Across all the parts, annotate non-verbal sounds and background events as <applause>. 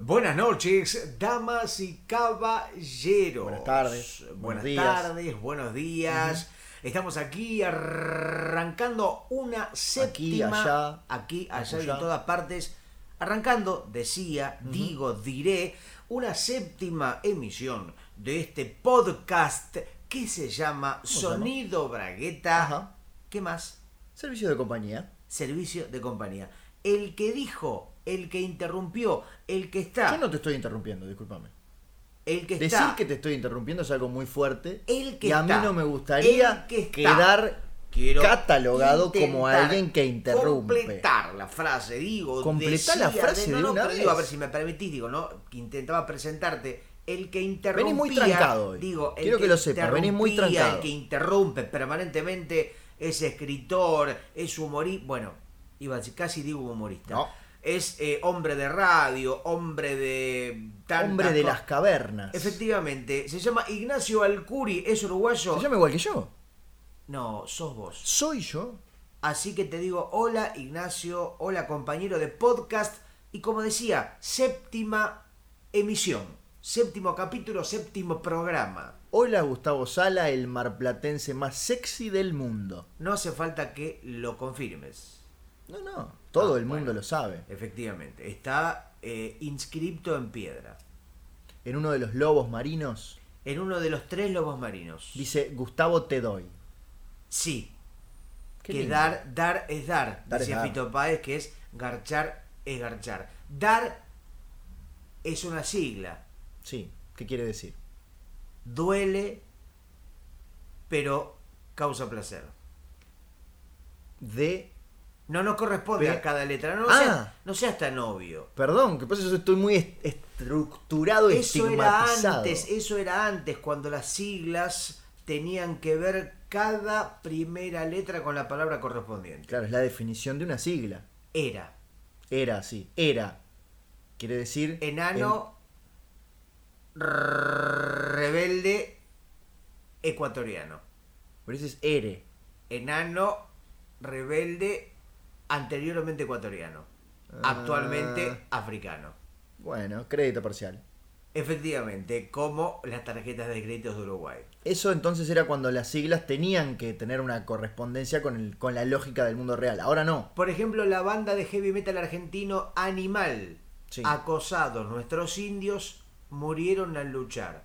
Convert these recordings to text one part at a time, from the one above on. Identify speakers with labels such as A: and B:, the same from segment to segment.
A: Buenas noches, damas y caballeros.
B: Buenas tardes,
A: Buenas
B: buenos días.
A: tardes, buenos días. Estamos aquí arrancando una séptima.
B: allá,
A: aquí, allá y
B: acullá.
A: en todas partes. Arrancando, decía, digo, diré, una séptima emisión de este podcast que se llama
B: se llama?
A: Sonido Bragueta.
B: Ajá.
A: ¿Qué más?
B: Servicio de compañía.
A: Servicio de compañía. El que dijo, el que interrumpió, el que está.
B: Yo no te estoy interrumpiendo, discúlpame.
A: El que
B: Decir
A: está.
B: que te estoy interrumpiendo es algo muy fuerte.
A: El que
B: y a mí
A: está.
B: no me gustaría
A: El que está.
B: quedar
A: Quiero
B: catalogado como
A: intentar
B: alguien que interrumpe.
A: Completar la frase, digo.
B: Completá
A: decía
B: la frase
A: no,
B: de
A: no,
B: una
A: pero digo, a
B: vez.
A: ver si me permitís, digo, ¿no? Que intentaba presentarte. El que interrumpía.
B: Venís muy trancado hoy.
A: Digo, el
B: Quiero que lo sepas, venís muy
A: interrumpía, El
B: trancado.
A: que interrumpe permanentemente es escritor, es humorista. Bueno, iba a decir, casi digo humorista.
B: No.
A: Es eh, hombre de radio, hombre de. tantas
B: Hombre de
A: co-
B: las cavernas.
A: Efectivamente, se llama Ignacio Alcuri, es uruguayo.
B: Se llama igual que yo.
A: No, sos vos.
B: Soy yo.
A: Así que te digo, hola Ignacio, hola compañero de podcast y como decía, séptima emisión, séptimo capítulo, séptimo programa.
B: Hola Gustavo Sala, el marplatense más sexy del mundo.
A: No hace falta que lo confirmes.
B: No, no. Todo
A: Ah,
B: el mundo
A: bueno.
B: lo sabe.
A: Efectivamente, está eh, inscripto en piedra,
B: En uno de los lobos marinos
A: en uno de los tres lobos marinos.
B: dice Gustavo te doy.
A: Sí,
B: Qué
A: que
B: lindo.
A: dar, dar es dar,
B: Dar es
A: decía
B: dar.
A: Fito Páez, que es garchar es garchar. Dar es una sigla,
B: Sí. ¿Qué quiere decir?
A: duele, pero causa placer.
B: De
A: No nos corresponde
B: Pe-
A: a cada letra, no,
B: Ah.
A: seas, no seas tan obvio.
B: Perdón, que pasa yo estoy muy est- estructurado,
A: Eso era
B: estigmatizado.
A: antes, eso era antes, cuando las siglas tenían que ver cada primera letra con la palabra correspondiente.
B: Claro, es la definición de una sigla.
A: Era
B: Era, sí. Era. Quiere decir...
A: enano, rebelde, ecuatoriano.
B: en- por eso es ere.
A: Enano, rebelde, anteriormente ecuatoriano. Actualmente
B: Ah.
A: africano.
B: Bueno, crédito parcial.
A: Efectivamente, como las tarjetas de créditos de Uruguay.
B: Eso entonces era cuando las siglas tenían que tener una correspondencia con, el, con la lógica del mundo real. Ahora no.
A: Por ejemplo, la banda de heavy metal argentino Animal.
B: Sí.
A: Acosados, nuestros indios murieron al luchar.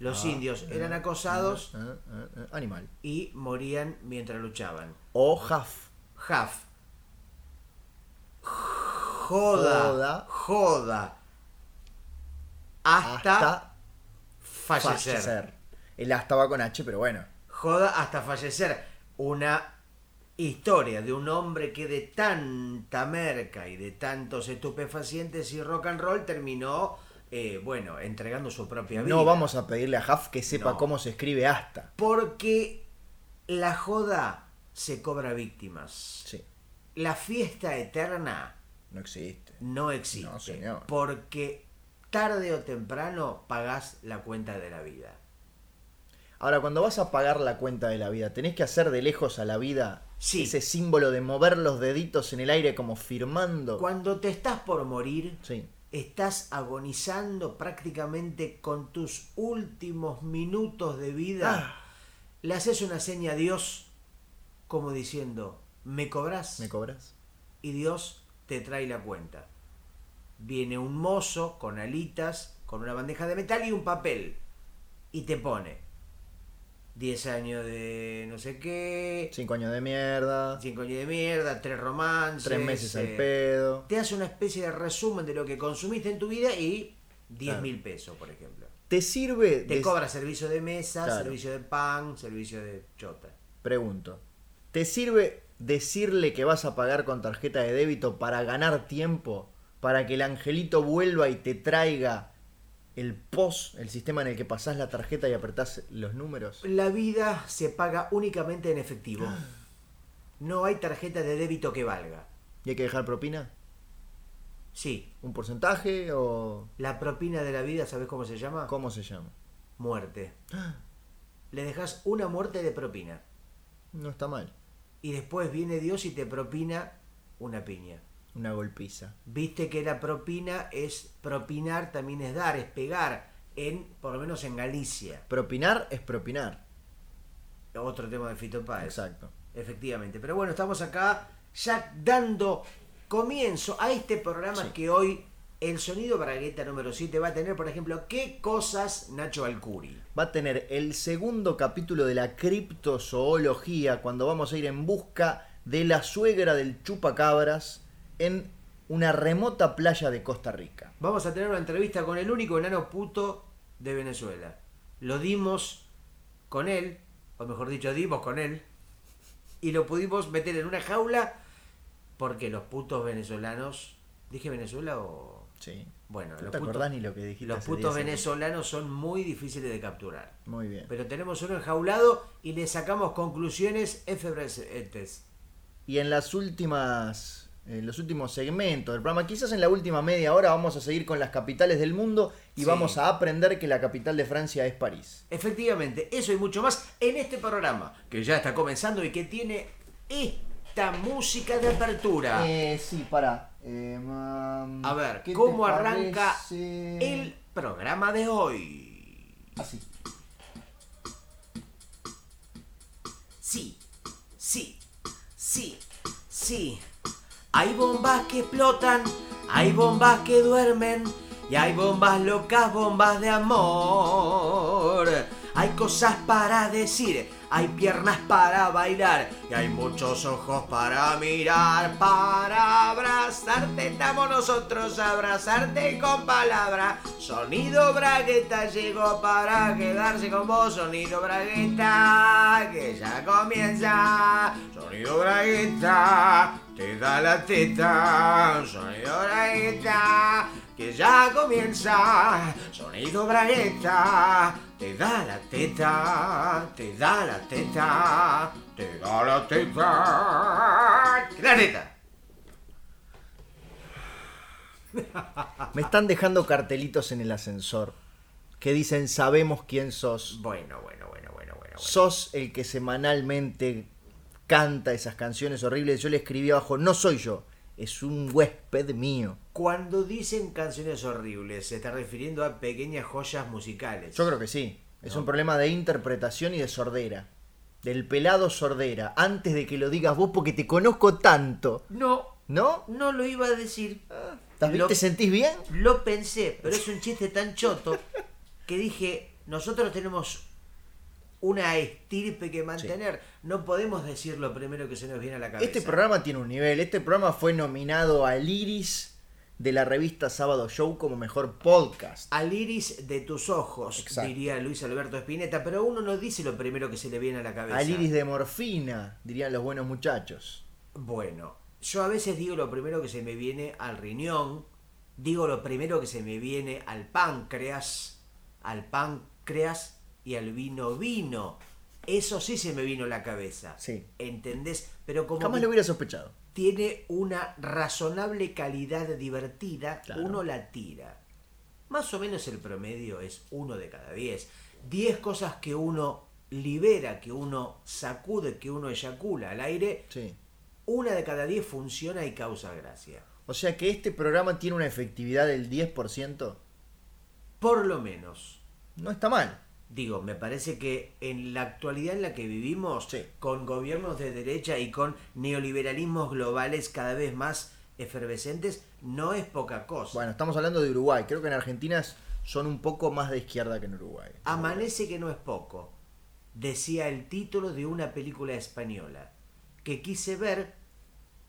A: Los
B: Ah,
A: indios eran
B: ah,
A: acosados
B: ah, ah, ah, animal.
A: y morían mientras luchaban.
B: O jaf.
A: Jaf. Joda. Joda.
B: Joda.
A: Hasta,
B: Hasta
A: fallecer.
B: fallecer. El hasta va con H, pero bueno.
A: Joda hasta fallecer. Una historia de un hombre que de tanta merca y de tantos estupefacientes y rock and roll terminó, eh, bueno, entregando su propia vida.
B: No vamos a pedirle a Jaf que sepa
A: No.
B: cómo se escribe hasta.
A: Porque la joda se cobra víctimas.
B: Sí,
A: La fiesta eterna
B: no existe.
A: no existe.
B: No, señor.
A: Porque tarde o temprano pagás la cuenta de la vida.
B: Ahora, cuando vas a pagar la cuenta de la vida, ¿tenés que hacer de lejos a la vida
A: Sí.
B: ese símbolo de mover los deditos en el aire como firmando?
A: Cuando te estás por morir,
B: Sí.
A: estás agonizando prácticamente con tus últimos minutos de
B: Ah.
A: vida, le haces una seña a Dios como diciendo, me cobras
B: ¿Me cobras?
A: y Dios te trae la cuenta. Viene un mozo con alitas, con una bandeja de metal y un papel y te pone 10 años de no sé qué,
B: Cinco años de mierda,
A: 5 años de mierda, 3 romances,
B: tres meses al
A: eh,
B: pedo.
A: te hace una especie de resumen de lo que consumiste en tu vida y 10 mil pesos, por ejemplo.
B: ¿Te sirve?
A: Te
B: de-
A: cobra servicio de mesa,
B: Claro.
A: servicio de pan, servicio de chota.
B: Pregunto. ¿Te sirve decirle que vas a pagar con tarjeta de débito para ganar tiempo? Para que el angelito vuelva y te traiga el POS, el sistema en el que pasás la tarjeta y apretás los números.
A: La vida se paga únicamente en
B: <gasps>
A: efectivo. No hay tarjeta de débito que valga.
B: ¿Y hay que dejar propina?
A: Sí,
B: ¿Un porcentaje o
A: la propina de la vida, ¿sabes cómo se llama?
B: cómo se llama? <gasps>
A: Muerte. Le dejas una muerte de propina.
B: No está mal.
A: Y después viene Dios y te propina una piña.
B: Una golpiza.
A: Viste que la propina es propinar, también es dar, es pegar, en, por lo menos en Galicia.
B: Propinar es propinar.
A: Otro tema de Fito Páez.
B: Exacto.
A: Efectivamente. Pero bueno, estamos acá ya dando comienzo a este programa
B: Sí.
A: que hoy el sonido bragueta número 7 va a tener, por ejemplo, ¿qué cosas Nacho Alcuri?
B: Va a tener el segundo capítulo de la criptozoología cuando vamos a ir en busca de la suegra del chupacabras en una remota playa de Costa Rica.
A: Vamos a tener una entrevista con el único enano puto de Venezuela. Lo dimos con él, o mejor dicho, dimos con él, y lo pudimos meter en una jaula porque los putos venezolanos. ¿Dije Venezuela o.?
B: Sí.
A: Bueno,
B: No
A: los
B: te
A: putos-
B: acordás ni lo que dijiste.
A: los
B: hace
A: putos
B: 10 segundos.
A: venezolanos son muy difíciles de capturar.
B: Muy bien.
A: Pero tenemos uno enjaulado y le sacamos conclusiones efervescentes.
B: Y en las últimas. En los últimos segmentos del programa, quizás en la última media hora vamos a seguir con las capitales del mundo y
A: Sí.
B: vamos a aprender que la capital de Francia es París.
A: Efectivamente, eso y mucho más en este programa que ya está comenzando y que tiene esta música de apertura.
B: Eh, sí, pará. Eh, mam,
A: A ver,
B: ¿qué te
A: ¿cómo arranca
B: parece?
A: el programa de hoy?
B: Así.
A: Sí, sí, sí, sí. Hay bombas que explotan, hay bombas que duermen y hay bombas locas, bombas de amor. Hay cosas para decir, hay piernas para bailar y hay muchos ojos para mirar, para abrazarte. Estamos nosotros a abrazarte con palabra. Sonido Bragueta llegó para quedarse con vos. Sonido Bragueta, que ya comienza. Sonido Bragueta, te da la teta. Sonido Bragueta, que ya comienza. Sonido Bragueta, te da la teta, te da la teta, te da la teta. La neta. Ah,
B: Me están dejando cartelitos en el ascensor que dicen sabemos quién sos.
A: Bueno, bueno, bueno, bueno, bueno. bueno.
B: Sos el que semanalmente canta esas canciones horribles. Yo le escribí abajo, no soy yo, es un huésped mío.
A: Cuando dicen canciones horribles, se está refiriendo a pequeñas joyas musicales.
B: Yo creo que sí. Es un problema de interpretación y de sordera. Del pelado sordera. Antes de que lo digas vos porque te conozco tanto.
A: No,
B: ¿No?
A: no lo iba a decir.
B: ¿Estás bien?
A: Lo-
B: ¿Te sentís bien?
A: Lo pensé, pero es un chiste tan choto que dije, nosotros tenemos una estirpe que mantener. No podemos decir lo primero que se nos viene a la cabeza.
B: Este programa tiene un nivel. Este programa fue nominado al Iris de la revista Sábado Show como mejor podcast.
A: Al iris de tus ojos,
B: Exacto.
A: diría Luis Alberto Spinetta, pero uno no dice lo primero que se le viene a la cabeza.
B: Al Iris de morfina, dirían los buenos muchachos.
A: Bueno, yo a veces digo lo primero que se me viene al riñón, digo lo primero que se me viene al páncreas, al páncreas y al vino vino. Eso sí se me vino a la cabeza.
B: Sí.
A: ¿Entendés? Pero como
B: Jamás
A: que
B: lo hubiera sospechado.
A: tiene una razonable calidad divertida,
B: Claro.
A: uno la tira. Más o menos el promedio es uno de cada diez. Diez cosas que uno libera, que uno sacude, que uno eyacula al aire
B: Sí.
A: una de cada diez funciona y causa gracia.
B: O sea que este programa tiene una efectividad del 10%.
A: Por lo menos.
B: No está mal.
A: Digo, me parece que en la actualidad en la que vivimos,
B: Sí.
A: con gobiernos de derecha y con neoliberalismos globales cada vez más efervescentes, no es poca cosa.
B: Bueno, estamos hablando de Uruguay. Creo que en Argentina es- son un poco más de izquierda que en Uruguay.
A: Ah, Amanece que no es poco, decía el título de una película española, que quise ver,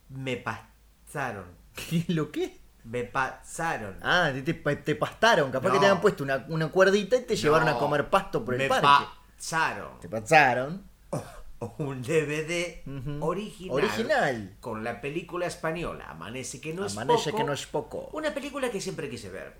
A: me pasaron,
B: <laughs> ¿Qué? ¿Lo qué?
A: me pasaron.
B: Ah, te, te- te pastaron. Capaz que
A: No.
B: te habían puesto una, una cuerdita y te llevaron a
A: No,
B: comer pasto por el
A: me
B: parque.
A: pasaron.
B: Te pasaron.
A: <laughs> un DVD
B: Ujú.
A: original,
B: Original.
A: con la película española Amanece que no
B: Amanece
A: es poco,
B: que no es poco.
A: una película que siempre quise ver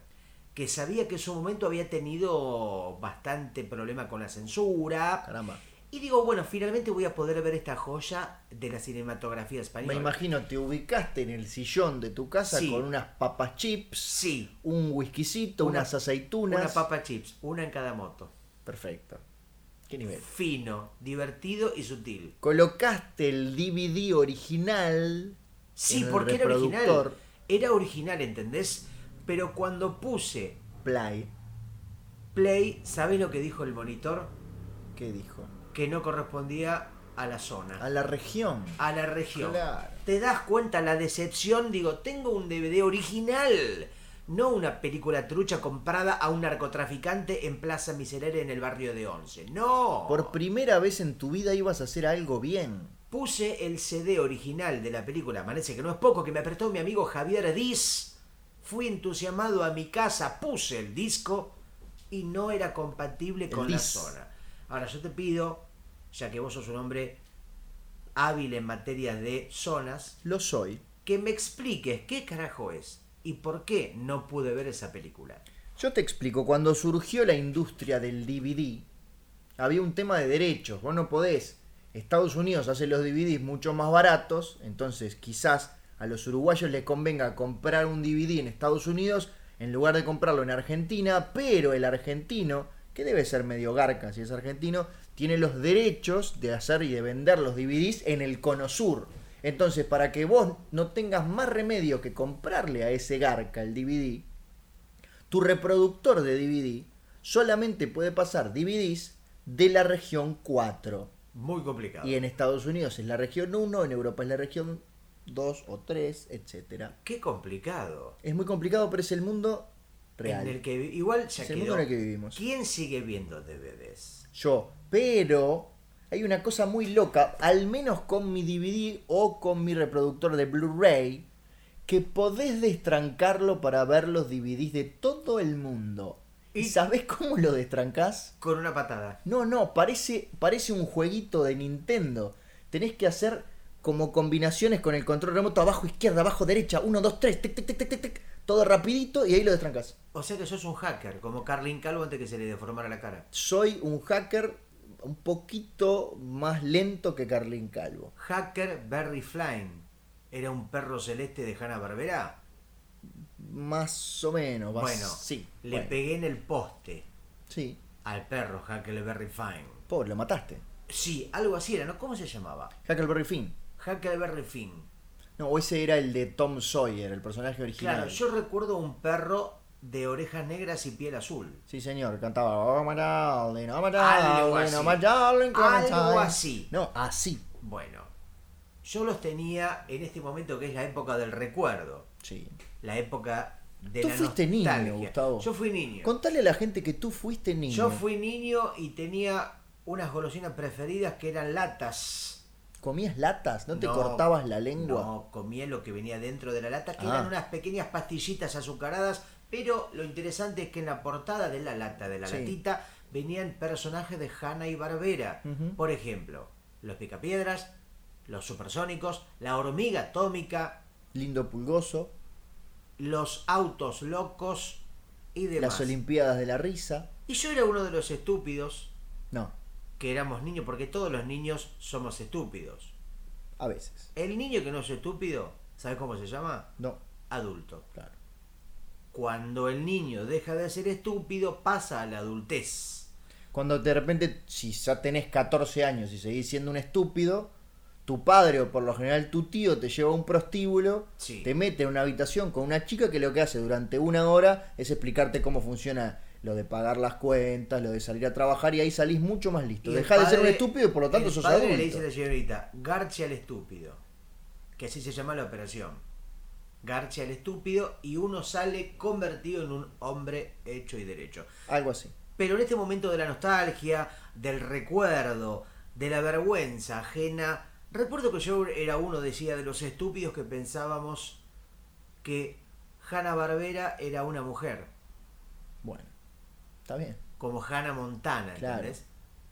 A: que sabía que en su momento había tenido bastante problema con la censura
B: Caramba.
A: y digo bueno finalmente voy a poder ver esta joya de la cinematografía
B: Me
A: española
B: imagino, te ubicaste en el sillón de tu casa
A: Sí.
B: con unas papas chips,
A: sí
B: un whiskycito,
A: Una-
B: unas aceitunas.
A: una papa chips una en cada moto
B: Perfecto. ¿Qué nivel?
A: fino divertido y sutil
B: Colocaste el DVD original.
A: Sí,
B: en el
A: porque era original.
B: reproductor.
A: Era original, ¿entendés? Pero cuando puse
B: Play,
A: play, ¿sabés lo que dijo el monitor?
B: ¿qué dijo?
A: Que no correspondía a la zona,
B: A la región.
A: a la región.
B: Claro.
A: ¿Te das cuenta la decepción? Digo, tengo un DVD original, no una película trucha comprada a un narcotraficante en Plaza Miserere en el barrio de Once. No.
B: Por primera vez en tu vida ibas a hacer algo bien.
A: Puse el CD original de la película Amanece, que no es poco, que me prestó mi amigo Javier Diz. Fui entusiasmado a mi casa, puse el disco y no era compatible con la
B: Diz.
A: zona. Ahora yo te pido, ya que vos sos un hombre hábil en materia de zonas,
B: Lo soy.
A: que me expliques qué carajo es y por qué no pude ver esa película.
B: Yo te explico, cuando surgió la industria del DVD, había un tema de derechos. Vos no podés. Estados Unidos hace los DVDs mucho más baratos, entonces quizás a los uruguayos les convenga comprar un DVD en Estados Unidos en lugar de comprarlo en Argentina, pero el argentino, que debe ser medio garca si es argentino, tiene los derechos de hacer y de vender los DVDs en el Cono Sur. Entonces, para que vos no tengas más remedio que comprarle a ese garca el DVD, tu reproductor de DVD solamente puede pasar DVDs de la región 4.
A: Muy complicado.
B: Y en Estados Unidos es la región 1, en Europa es la región 2 o 3, etc.
A: Qué complicado.
B: Es muy complicado, pero es el mundo
A: En el
B: real.
A: que vi- igual ya
B: Es
A: quedó.
B: el mundo en el que vivimos.
A: ¿Quién sigue viendo DVDs?
B: Yo, pero hay una cosa muy loca, al menos con mi DVD o con mi reproductor de Blu-ray, que podés destrancarlo para ver los DVDs de todo el mundo. ¿Y,
A: Y-
B: sabés cómo lo destrancás?
A: Con una patada.
B: No, no, parece, parece un jueguito de Nintendo. Tenés que hacer como combinaciones con el control remoto abajo, izquierda, abajo, derecha, 1, 2, 3, tic, tic, tic, tic, tic, tic, todo rapidito y ahí lo destrancas.
A: O sea que sos un hacker, como Carlin Calvo antes que se le deformara la cara.
B: Soy un hacker un poquito más lento que Carlin Calvo.
A: Hacker Barry Flynn. ¿Era un perro celeste de Hanna Barbera?
B: Más o menos. vas-
A: Bueno,
B: sí.
A: le
B: bueno,
A: pegué en el poste
B: sí.
A: al perro Hacker Barry Flynn.
B: Pobre, lo mataste.
A: Sí, algo así era, ¿no? ¿Cómo se llamaba?
B: Huckleberry Finn.
A: Hacker Barry Flynn.
B: No, o ese era el de Tom Sawyer, el personaje original.
A: Claro, yo recuerdo un perro de orejas negras y piel azul.
B: Sí, señor, cantaba Oh my darling, oh my
A: Algo
B: darling,
A: así.
B: oh my darling,
A: Algo
B: Clementine".
A: así.
B: No, así.
A: Bueno, yo los tenía en este momento que es la época del recuerdo,
B: Sí.
A: la época de
B: Tú
A: la
B: fuiste niño,
A: nostalgia.
B: Gustavo.
A: Yo fui niño.
B: Contale a la gente que tú fuiste niño.
A: Yo fui niño y tenía unas golosinas preferidas que eran latas.
B: ¿Comías latas? ¿No te cortabas la lengua?
A: No, comía lo que venía dentro de la lata, que
B: Ah.
A: eran unas pequeñas pastillitas azucaradas, pero lo interesante es que en la portada de la lata, de la
B: Sí.
A: latita, venían personajes de Hanna y Barbera.
B: Ujú.
A: Por ejemplo, los picapiedras, los supersónicos, la hormiga atómica,
B: Lindo pulgoso,
A: los autos locos y demás.
B: las Olimpiadas de la Risa.
A: y yo era uno de los estúpidos
B: No,
A: que éramos niños, porque todos los niños somos estúpidos.
B: a veces.
A: El niño que no es estúpido, ¿sabes cómo se llama?
B: No,
A: Adulto.
B: claro.
A: Cuando el niño deja de ser estúpido, pasa a la adultez.
B: Cuando de repente, si ya tenés 14 años y seguís siendo un estúpido, tu padre o por lo general tu tío te lleva a un prostíbulo,
A: Sí.
B: te mete en una habitación con una chica que lo que hace durante una hora es explicarte cómo funciona lo de pagar las cuentas, lo de salir a trabajar y ahí salís mucho más listo.
A: el
B: Dejás de ser un
A: padre-
B: estúpido y por lo tanto
A: el
B: sos
A: padre
B: adulto.
A: le dice a la señorita, garche al estúpido. Que así se llama la operación. Garche al estúpido y uno sale convertido en un hombre hecho y derecho.
B: Algo así.
A: Pero en este momento de la nostalgia, del recuerdo, de la vergüenza ajena, recuerdo que yo era uno, decía, de los estúpidos que pensábamos que Hanna Barbera era una mujer,
B: Bueno, está bien.
A: como Hannah Montana,
B: Claro.
A: ¿entendés?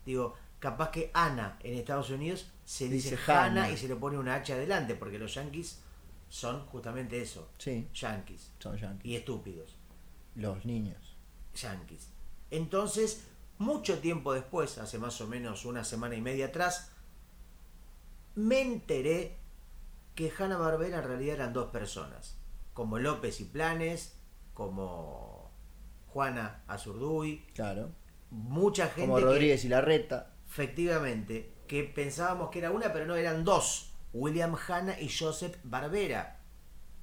A: Digo, capaz que Ana en Estados Unidos se dice,
B: Dice
A: Hannah
B: Hannah.
A: y se le pone una H adelante, porque los yankees son justamente eso,
B: Sí,
A: yankees
B: son yankees.
A: y estúpidos.
B: Los niños.
A: yanquis. Entonces, mucho tiempo después, hace más o menos una semana y media atrás, me enteré que Hanna Barbera en realidad eran dos personas, como López y Planes, como Juana Azurduy,
B: Claro.
A: mucha gente
B: Como
A: que-
B: Rodríguez y Larreta.
A: efectivamente, que pensábamos que era una, pero no, eran dos, William Hanna y Joseph Barbera.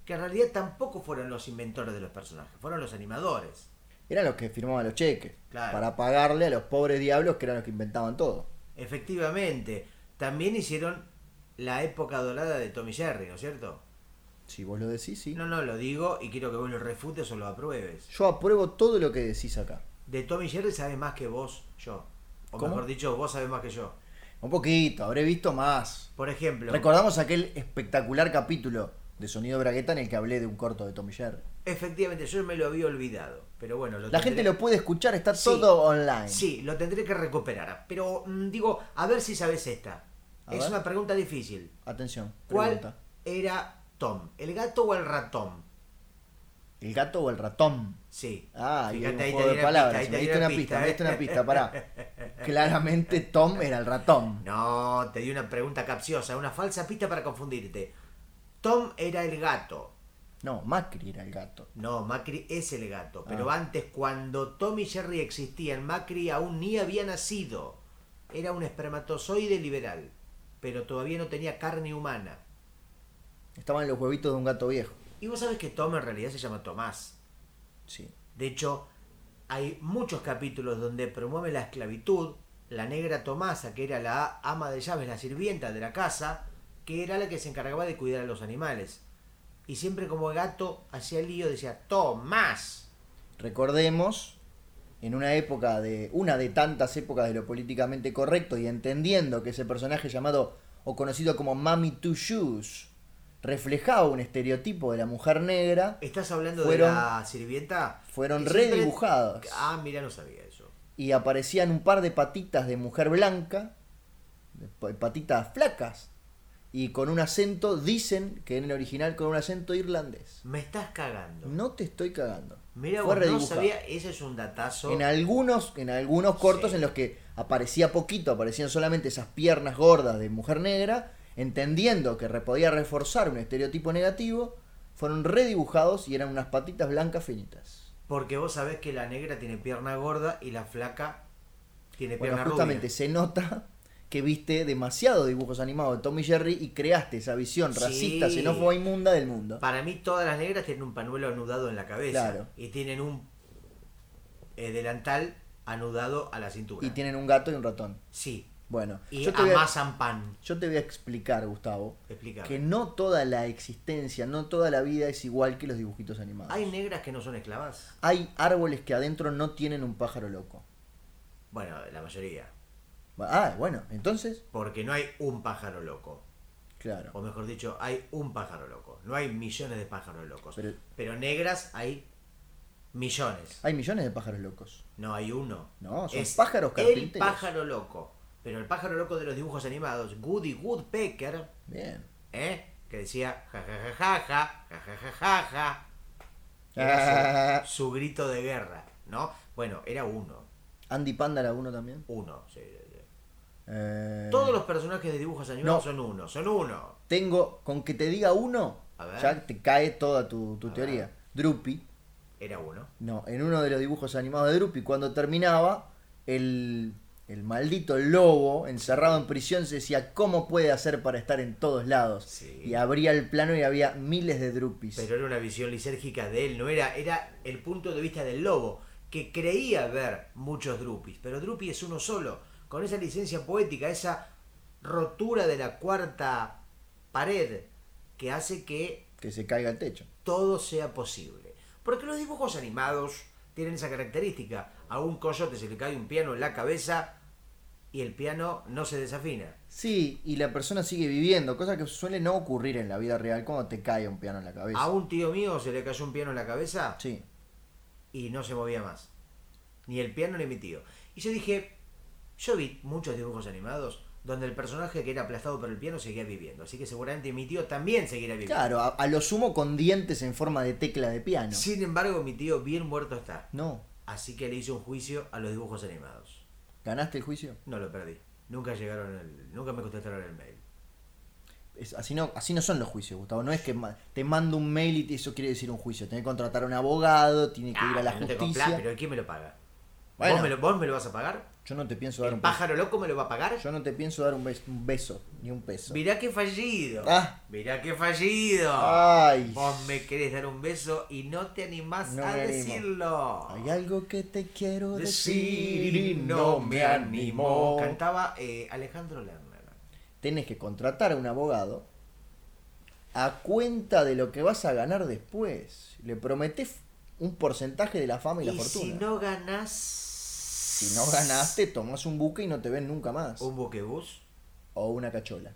A: que en realidad tampoco fueron los inventores de los personajes, fueron los animadores.
B: Eran los que firmaban los cheques.
A: Claro.
B: Para pagarle a los pobres diablos que eran los que inventaban todo.
A: Efectivamente, también hicieron la época dorada de Tommy Jerry, ¿no es cierto?
B: Si vos lo decís, sí.
A: No, no, lo digo y quiero que vos lo refutes o lo apruebes.
B: Yo apruebo todo lo que decís acá.
A: De Tommy Jerry sabes más que vos, yo. O
B: ¿Cómo?
A: mejor dicho, vos sabes más que yo.
B: Un poquito, habré visto más.
A: Por ejemplo,
B: Recordamos aquel espectacular capítulo de Sonido Bragueta en el que hablé de un corto de Tommy Jerry.
A: efectivamente, yo me lo había olvidado. Pero bueno, lo
B: La
A: tendré-
B: gente lo puede escuchar, está
A: Sí.
B: todo online.
A: Sí, lo tendré que recuperar. Pero mm, digo, a ver si sabes esta.
B: A
A: es
B: ver.
A: una pregunta difícil.
B: Atención.
A: ¿Cuál
B: pregunta.
A: era Tom? ¿El gato o el ratón?
B: ¿El gato o el ratón?
A: Sí.
B: Ah, ahí hay
A: Fíjate,
B: un
A: ahí
B: juego
A: te
B: de
A: di una pista,
B: palabras.
A: ahí
B: me
A: te di
B: diste una pista, me
A: ¿eh?
B: diste una pista, pará.
A: <laughs>
B: Claramente Tom era el ratón.
A: No, te di una pregunta capciosa, una falsa pista para confundirte. Tom era el gato.
B: No, Macri era el gato.
A: No, Macri es el gato. Pero
B: Ah.
A: antes, cuando Tom y Jerry existían, Macri aún ni había nacido. Era un espermatozoide liberal, pero todavía no tenía carne humana.
B: Estaban los huevitos de un gato viejo.
A: Y vos sabés que Tom en realidad se llama Tomás.
B: Sí.
A: De hecho, hay muchos capítulos donde promueve la esclavitud. La negra Tomasa, que era la ama de llaves, la sirvienta de la casa, que era la que se encargaba de cuidar a los animales. Y siempre como gato hacía el lío, decía, Tomás.
B: Recordemos, en una época de. una de tantas épocas de lo políticamente correcto y entendiendo que ese personaje llamado o conocido como Mami Two Shoes reflejaba un estereotipo de la mujer negra,
A: ¿Estás hablando
B: Fueron-
A: de la sirvienta?
B: fueron
A: Que siempre-
B: redibujados.
A: Ah, mira, no sabía eso.
B: y aparecían un par de patitas de mujer blanca, de pa- patitas flacas, y con un acento, dicen que en el original con un acento irlandés.
A: Me estás cagando.
B: No te estoy cagando.
A: mira,
B: Fue
A: vos no
B: redibujado.
A: sabía, ese es un datazo.
B: En algunos, en algunos cortos
A: Sí.
B: en los que aparecía poquito, aparecían solamente esas piernas gordas de mujer negra, entendiendo que re- podía reforzar un estereotipo negativo, fueron redibujados y eran unas patitas blancas finitas.
A: Porque vos sabés que la negra tiene pierna gorda y la flaca tiene
B: Bueno,
A: pierna
B: justamente
A: rubia.
B: se nota que viste demasiado dibujos animados de Tom y Jerry y creaste esa visión
A: Sí.
B: racista, xenófoba, inmunda del mundo.
A: Para mí todas las negras tienen un panuelo anudado en la cabeza
B: Claro.
A: y tienen un eh, delantal anudado a la cintura.
B: Y tienen un gato y un ratón.
A: Sí,
B: Bueno,
A: y
B: yo te, voy a,
A: amasan pan.
B: yo te voy a explicar, Gustavo,
A: Explícame.
B: que no toda la existencia, no toda la vida es igual que los dibujitos animados.
A: ¿Hay negras que no son esclavas?
B: Hay árboles que adentro no tienen un pájaro loco.
A: Bueno, la mayoría.
B: Ah, bueno, entonces,
A: Porque no hay un pájaro loco. O
B: claro.
A: mejor dicho, hay un pájaro loco. No hay millones de pájaros locos.
B: Pero-
A: Pero, negras hay millones.
B: Hay millones de pájaros locos.
A: No hay uno.
B: No, son
A: es
B: pájaros
A: el
B: carpinteros.
A: pájaro loco. Pero el pájaro loco de los dibujos animados, Woody Woodpecker,
B: Bien.
A: ¿eh? que decía ja ja ja ja ja, ja ja ja ja ja.
B: Ah.
A: Era su, su grito de guerra, ¿no? Bueno, era uno.
B: Andy Panda era uno también.
A: Uno. sí, sí, sí.
B: Eh,
A: Todos los personajes de dibujos animados
B: No.
A: son uno, son uno.
B: Tengo, con que te diga uno,
A: A ver.
B: ya te cae toda tu, tu
A: A
B: teoría.
A: ver.
B: Droopy,
A: Era uno.
B: no, en uno de los dibujos animados de Droopy, cuando terminaba, el, el maldito lobo encerrado en prisión se decía, ¿cómo puede hacer para estar en todos lados?
A: Sí.
B: Y abría el plano y había miles de Drupis.
A: Pero era una visión lisérgica de él, no era, era el punto de vista del lobo, que creía ver muchos Drupis, pero Drupi es uno solo, con esa licencia poética, esa rotura de la cuarta pared que hace que
B: que se caiga el techo.
A: todo sea posible. Porque los dibujos animados tienen esa característica. A un coyote se le cae un piano en la cabeza y el piano no se desafina.
B: Sí, y la persona sigue viviendo, cosa que suele no ocurrir en la vida real cuando te cae un piano en la cabeza.
A: A un tío mío se le cayó un piano en la cabeza
B: Sí.
A: y no se movía más. Ni el piano ni mi tío. Y yo dije, yo vi muchos dibujos animados donde el personaje que era aplastado por el piano seguía viviendo. Así que seguramente mi tío también seguirá viviendo.
B: Claro, a, a lo sumo con dientes en forma de tecla de piano.
A: Sin embargo, mi tío bien muerto está.
B: No,
A: Así que le hice un juicio a los dibujos animados.
B: ganaste el juicio.
A: No lo perdí. Nunca llegaron, el, nunca me contestaron el mail.
B: Es- así, no, así no son los juicios, Gustavo. No es que ma- te mando un mail y te- eso quiere decir un juicio. Tiene que contratar a un abogado, tiene que ir a la
A: Ah, no te
B: justicia.
A: complás, pero ¿quién me lo paga?
B: Bueno.
A: ¿Vos, me lo, vos me lo vas a pagar?
B: Yo no te pienso dar
A: El
B: un peso.
A: pájaro loco me lo va a pagar.
B: Yo no te pienso dar un, bes- un beso, ni un peso.
A: Mirá qué fallido.
B: Ah.
A: Mirá qué fallido.
B: Ay.
A: Vos me querés dar un beso y no te animás
B: No
A: a
B: me animo.
A: decirlo.
B: Hay algo que te quiero
A: Decir
B: decir y no me animó.
A: Cantaba eh, Alejandro Lerner.
B: Tenés que contratar a un abogado a cuenta de lo que vas a ganar después. Le prometés un porcentaje de la fama y, la
A: y
B: fortuna.
A: si no ganás.
B: Si no ganaste, tomás un buque y no te ven nunca más.
A: Un buquebús.
B: O una cachola.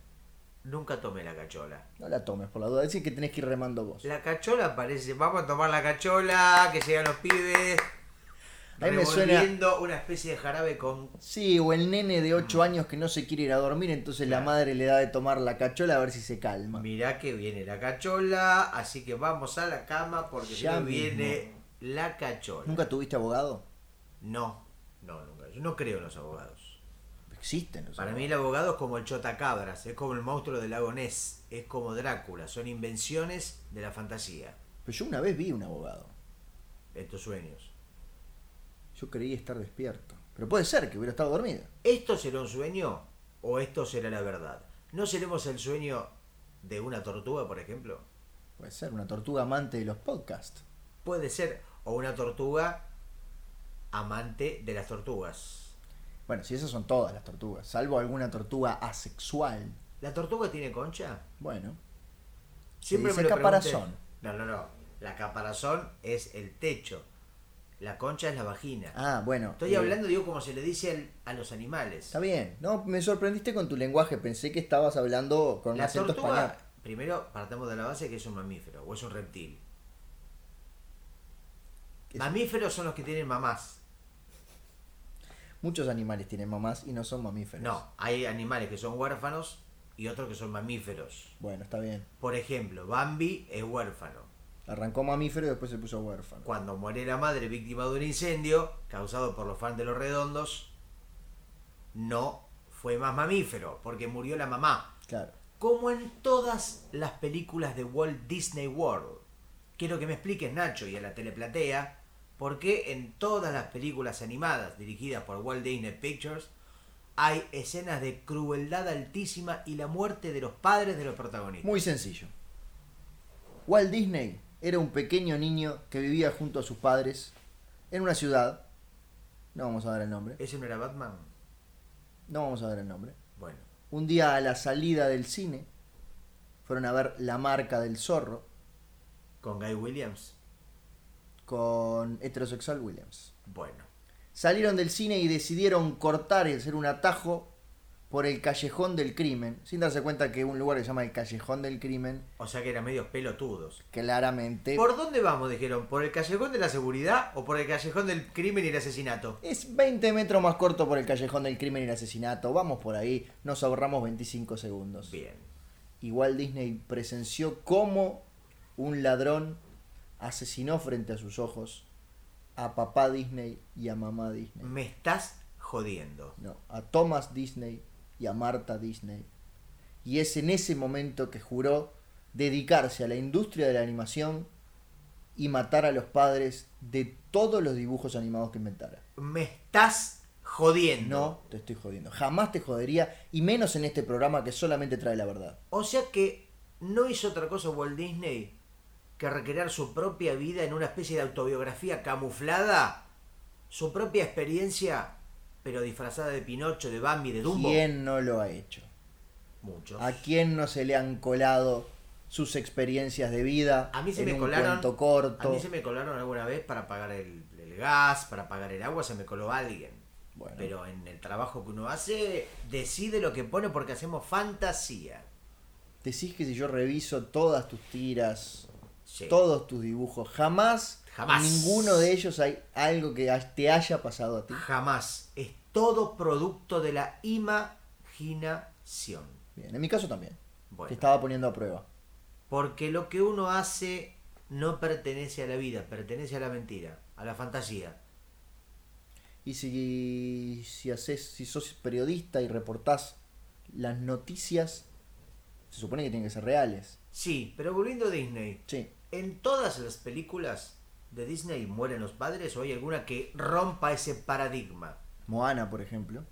A: Nunca tomé la cachola.
B: No la tomes por la duda. Decir que tenés que ir remando vos.
A: La cachola parece. Vamos a tomar la cachola, que llegan los pibes.
B: A mí me suena-
A: revolviendo una especie de jarabe con.
B: Sí, o el nene de
A: Mm.
B: 8 años que no se quiere ir a dormir, entonces la madre le da de tomar la cachola a ver si se calma.
A: Mirá que viene la cachola, así que vamos a la cama porque si
B: Ya
A: no viene
B: mismo.
A: la cachola.
B: ¿Nunca tuviste abogado?
A: No, no, nunca. Yo no creo en los abogados.
B: Existen. los
A: Para mí
B: abogados.
A: el abogado es como el chotacabras, es como el monstruo del lago Ness, es como Drácula, son invenciones de la fantasía,
B: Pero yo una vez vi un abogado.
A: estos sueños.
B: Yo creí estar despierto. Pero puede ser que hubiera estado dormido.
A: ¿Esto será un sueño o esto será la verdad? ¿No seremos el sueño de una tortuga, por ejemplo?
B: Puede ser una tortuga amante de los podcasts.
A: Puede ser, o una tortuga amante de las tortugas.
B: Bueno, si esas son todas las tortugas, salvo alguna tortuga asexual.
A: ¿La tortuga tiene concha?
B: Bueno,
A: Siempre
B: dice
A: me lo
B: caparazón.
A: pregunté. No, no, no. La caparazón es el techo. La concha es la vagina.
B: ah, bueno.
A: Estoy
B: eh,
A: hablando, digo, como se le dice al- a los animales.
B: Está bien. No, me sorprendiste con tu lenguaje. Pensé que estabas hablando con un
A: La
B: acento
A: tortuga,
B: español.
A: primero partamos de la base que es un mamífero o es un reptil.
B: Es-
A: Mamíferos son los que tienen mamás.
B: Muchos animales tienen mamás y no son mamíferos.
A: No, hay animales que son huérfanos y otros que son mamíferos.
B: Bueno, está bien.
A: Por ejemplo, Bambi es huérfano.
B: Arrancó mamífero y después se puso huérfano.
A: Cuando muere la madre víctima de un incendio causado por los fans de los redondos, no fue más mamífero porque murió la mamá.
B: Claro.
A: como en todas las películas de Walt Disney World. Quiero que me expliques, Nacho, y a la teleplatea, por qué en todas las películas animadas dirigidas por Walt Disney Pictures hay escenas de crueldad altísima y la muerte de los padres de los protagonistas.
B: Muy sencillo. Walt Disney era un pequeño niño que vivía junto a sus padres en una ciudad. No vamos a dar el nombre.
A: ¿Ese no era Batman?
B: No vamos a dar el nombre.
A: Bueno,
B: Un día a la salida del cine fueron a ver La marca del zorro
A: con Guy Williams.
B: con Heterosexual Williams.
A: Bueno,
B: Salieron del cine y decidieron cortar y hacer un atajo por el callejón del crimen, sin darse cuenta que un lugar que se llama el callejón del crimen,
A: o sea que eran medios pelotudos.
B: claramente
A: ¿Por dónde vamos? Dijeron, ¿por el callejón de la seguridad o por el callejón del crimen y el asesinato?
B: Es 20 metros más corto por el callejón del crimen y el asesinato. Vamos por ahí, nos ahorramos 25 segundos.
A: Bien.
B: Igual Disney presenció cómo un ladrón asesinó frente a sus ojos a papá Disney y a mamá Disney.
A: Me estás jodiendo.
B: No, a Thomas Disney y a Marta Disney. Y es en ese momento que juró dedicarse a la industria de la animación y matar a los padres de todos los dibujos animados que inventara.
A: Me estás jodiendo.
B: No te estoy jodiendo. Jamás te jodería, y menos en este programa que solamente trae la verdad.
A: O sea que no hizo otra cosa Walt Disney que recrear su propia vida en una especie de autobiografía camuflada, su propia experiencia, pero disfrazada de Pinocho, de Bambi, de Dumbo.
B: ¿Quién no lo ha hecho?
A: Muchos.
B: ¿A quién no se le han colado sus experiencias de vida
A: A mí se
B: en
A: me
B: un
A: colaron.
B: cuento
A: A
B: corto?
A: mí se me colaron alguna vez para pagar el, el gas, para pagar el agua, se me coló alguien.
B: Bueno,
A: Pero en el trabajo que uno hace, decide lo que pone porque hacemos fantasía.
B: decís que si yo reviso todas tus tiras,
A: Sí.
B: todos tus dibujos, jamás,
A: Jamás.
B: ninguno de ellos hay algo que ha- te haya pasado a ti.
A: Este Jamás. Es todo producto de la imaginación.
B: Bien, en mi caso también.
A: Bueno,
B: Te estaba poniendo a prueba.
A: porque lo que uno hace no pertenece a la vida, pertenece a la mentira, a la fantasía.
B: Y si, si, haces, si sos periodista y reportás las noticias, se supone que tienen que ser reales.
A: Sí, pero volviendo a Disney,
B: Sí.
A: en todas las películas de Disney mueren los padres o hay alguna que rompa ese paradigma.
B: Moana, por ejemplo.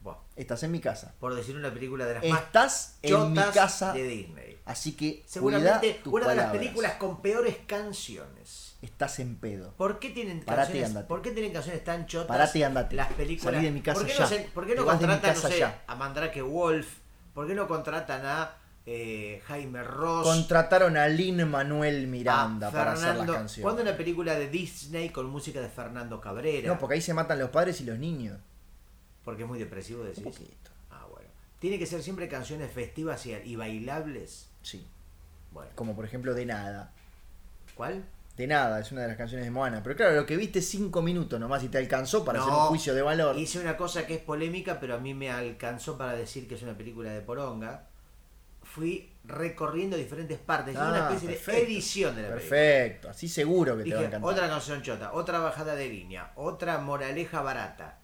A: Buah,
B: Estás en mi casa.
A: por decir una película de las más
B: Estás en mi
A: chotas
B: casa.
A: de Disney.
B: Así que cuida
A: Seguramente
B: tus
A: una de las
B: palabras.
A: películas con peores canciones.
B: Estás en pedo.
A: ¿Por qué tienen
B: Parate y
A: canciones?
B: andate.
A: ¿Por qué tienen canciones tan chotas?
B: Parate y andate.
A: Las películas.
B: Salí de mi casa
A: ¿Por qué
B: ya.
A: no, se- por qué no
B: Te vas de mi
A: contratan no
B: casa
A: sé,
B: ya.
A: a Mandrake Wolf? ¿Por qué no contratan a eh, Jaime Ross?
B: Contrataron a Lin Manuel
A: a
B: Miranda para hacer las
A: Ah, Fernando- ¿Cuándo
B: canciones.
A: una película de Disney con música de Fernando Cabrera?
B: No, porque ahí se matan los padres y los niños.
A: Porque es muy depresivo decir.
B: Un poquito.
A: Ah, bueno. Tiene que ser siempre canciones festivas y, y bailables.
B: Sí.
A: Bueno.
B: Como por ejemplo De Nada.
A: ¿Cuál?
B: De Nada es una de las canciones de Moana. Pero claro, lo que viste cinco minutos nomás y te alcanzó para hacer un juicio de valor.
A: Hice una cosa que es polémica, pero a mí me alcanzó para decir que es una película de poronga. Fui recorriendo diferentes partes. Hice una
B: Ah,
A: especie de
B: perfecto.
A: edición de la película.
B: Perfecto. Así seguro que te va a
A: Dije,
B: encantar.
A: otra canción chota, otra bajada de línea, otra moraleja barata.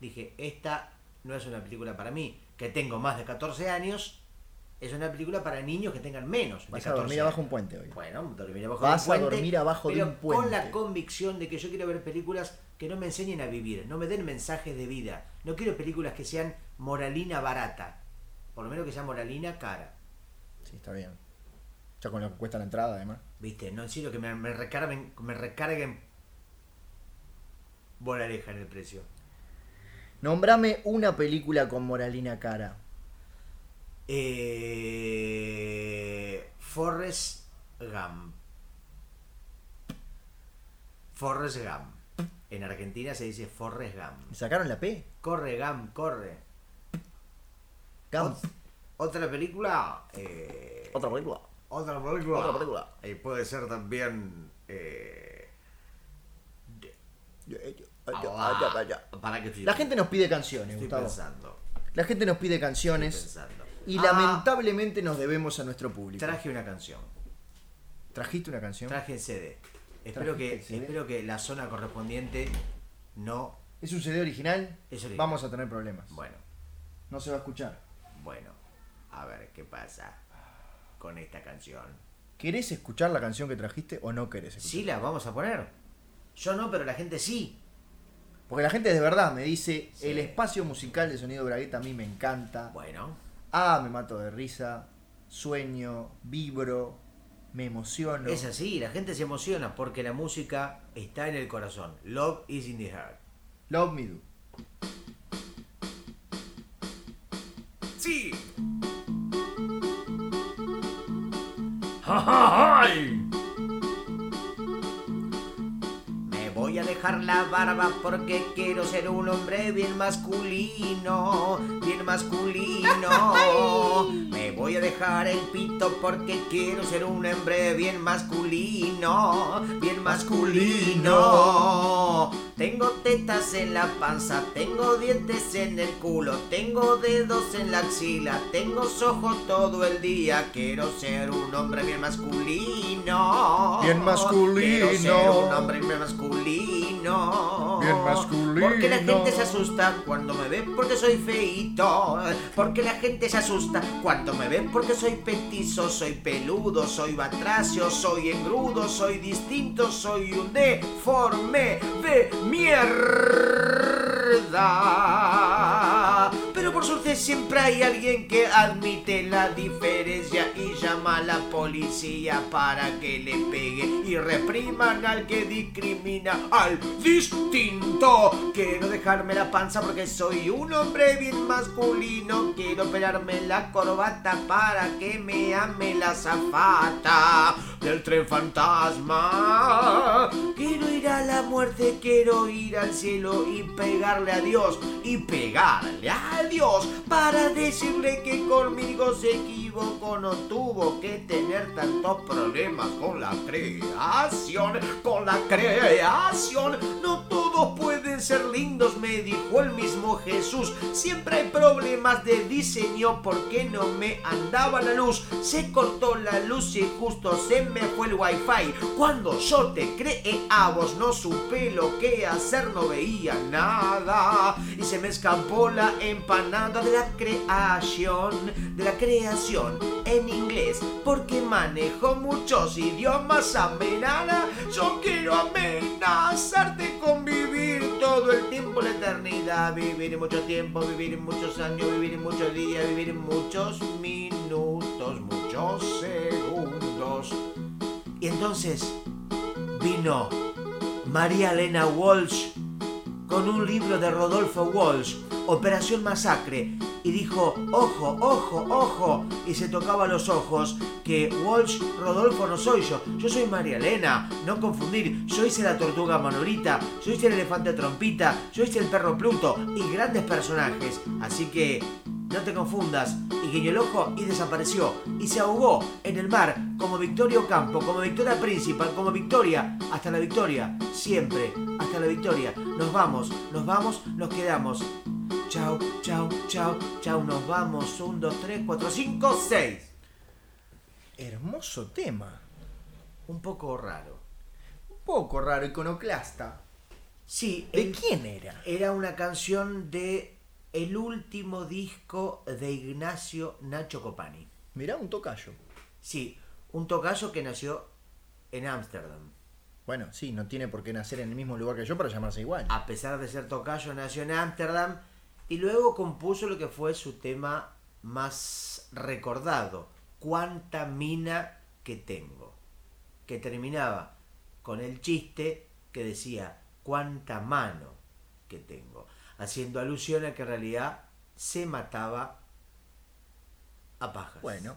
A: Dije, esta no es una película para mí, que tengo más de 14 años. Es una película para niños que tengan menos. de
B: Vas a
A: 14
B: dormir abajo
A: años.
B: un puente hoy.
A: Bueno, dormir abajo
B: Vas
A: de un
B: a
A: puente.
B: dormir abajo de
A: pero
B: un puente.
A: Con la convicción de que yo quiero ver películas que no me enseñen a vivir, no me den mensajes de vida. No quiero películas que sean moralina barata. Por lo menos que sea moralina cara.
B: Sí, está bien. Ya con lo que cuesta la entrada, además.
A: ¿Viste? No en serio que me, me recarguen, me recarguen moraleja en el precio.
B: Nombrame una película con moralina cara.
A: Eh, Forrest Gump. Forrest Gump. En Argentina se dice Forrest
B: ¿Me
A: Gump.
B: sacaron la P?
A: Corre, Gump, corre.
B: Gump.
A: Ot- Otra película. eh,
B: Otra película.
A: otra película.
B: otra película.
A: Y puede ser también. eh, para que estoy-
B: La gente nos pide canciones,
A: Ah, estoy
B: Gustavo.
A: pensando.
B: La gente nos pide
A: estoy
B: canciones
A: pensando.
B: y
A: Ah,
B: lamentablemente nos debemos a nuestro público.
A: Traje una canción.
B: ¿Trajiste una canción?
A: Traje el CD. Espero
B: Trajiste
A: que,
B: el CD.
A: espero que la zona correspondiente no.
B: ¿Es un CD original?
A: Es original.
B: Vamos a tener problemas.
A: Bueno,
B: No se va a escuchar.
A: bueno. A ver qué pasa con esta canción.
B: ¿Querés escuchar la canción que trajiste o no querés escuchar?
A: Sí, la vamos a poner. Yo no, pero la gente sí.
B: Porque la gente de verdad me dice,
A: Sí.
B: el espacio musical de Sonido Bragueta a mí me encanta.
A: Bueno,
B: Ah, me mato de risa, sueño, vibro, me emociono.
A: es así. La gente se emociona porque la música está en el corazón. Love is in the heart.
B: Love Me Do.
A: <laughs> Sí. Me voy a dejar la barba porque quiero ser un hombre bien masculino, bien masculino. Me voy a dejar el pito porque quiero ser un hombre bien masculino, bien masculino. Tengo tetas en la panza, tengo dientes en el culo, tengo dedos en la axila, tengo ojos todo el día. Quiero ser un hombre bien masculino.
B: Bien masculino.
A: Quiero ser un hombre bien masculino.
B: Bien masculino.
A: Porque la gente se asusta cuando me ve porque soy feito. Porque la gente se asusta cuando me ve porque soy petizo, soy peludo, soy batracio, soy engrudo, soy distinto, soy un deforme de mierda. Pero por suerte siempre hay alguien que admite la diferencia y llama a la policía para que le pegue y repriman al que discrimina al distinto. Quiero dejarme la panza porque soy un hombre bien masculino. Quiero pelarme la corbata para que me ame la zafata del tren fantasma. Quiero ir a la muerte, quiero ir al cielo y pegarle a Dios y pegarle a Dios para decirle que conmigo se equivocó, no tuvo que tener tantos problemas con la creación, con la creación, no todos pueden ser lindos, me dijo el mismo Jesús, siempre hay problemas de diseño porque no me andaba la luz, se cortó la luz y justo se me fue el wifi, cuando yo te creé a vos no supe lo que hacer, no veía nada y se me escapó la empanada de la creación, de la creación en inglés, porque manejo muchos idiomas, amenaza, yo quiero amenazarte con vivir todo el tiempo la eternidad eternidad, vivir en mucho tiempo, vivir en muchos años, vivir en muchos días, vivir en muchos minutos, muchos segundos. Y entonces vino María Elena Walsh con un libro de Rodolfo Walsh, Operación Masacre, y dijo, ojo, ojo, ojo, y se tocaba los ojos, que Walsh, Rodolfo no soy yo, yo soy María Elena, no confundir, yo hice la tortuga manorita, yo hice el elefante trompita, yo hice el perro Pluto, y grandes personajes, así que no te confundas, y guiñó el ojo y desapareció, y se ahogó en el mar, como Victoria Ocampo, como Victoria Principal, como Victoria, hasta la victoria, siempre, hasta la victoria, nos vamos, nos vamos, nos quedamos. Chau, chau, chau, chau, nos vamos, 1, 2, 3, 4, 5, 6.
B: Hermoso tema.
A: Un poco raro.
B: Un poco raro, iconoclasta.
A: Sí,
B: ¿De
A: el-
B: quién era?
A: era una canción de el último disco de Ignacio Nacho Copani.
B: Mirá, un tocayo.
A: Sí, un tocayo que nació en Ámsterdam.
B: Bueno, sí, no tiene por qué nacer en el mismo lugar que yo para llamarse igual.
A: A pesar de ser tocayo, nació en Ámsterdam y luego compuso lo que fue su tema más recordado, Cuánta mina que tengo, que terminaba con el chiste que decía, Cuánta mano que tengo, haciendo alusión a que en realidad se mataba a pajas.
B: Bueno.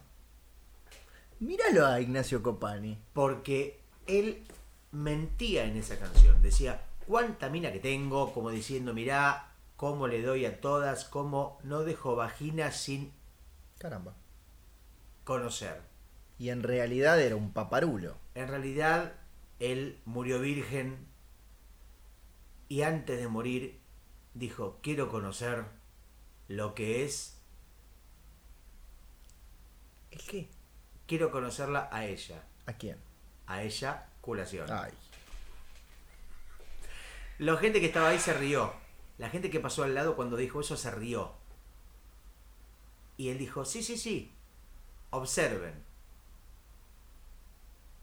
B: Míralo a Ignacio Copani.
A: porque él mentía en esa canción. Decía, cuánta mina que tengo, como diciendo, mirá, cómo le doy a todas, cómo no dejo vagina sin
B: Caramba.
A: conocer.
B: Y en realidad era un paparulo.
A: En realidad, él murió virgen y antes de morir dijo, quiero conocer lo que es,
B: ¿El qué?
A: quiero conocerla a ella,
B: ¿A quién?
A: a ella culación.
B: Ay.
A: La gente que estaba ahí se rió. La gente que pasó al lado cuando dijo eso se rió. Y él dijo, sí, sí, sí, observen.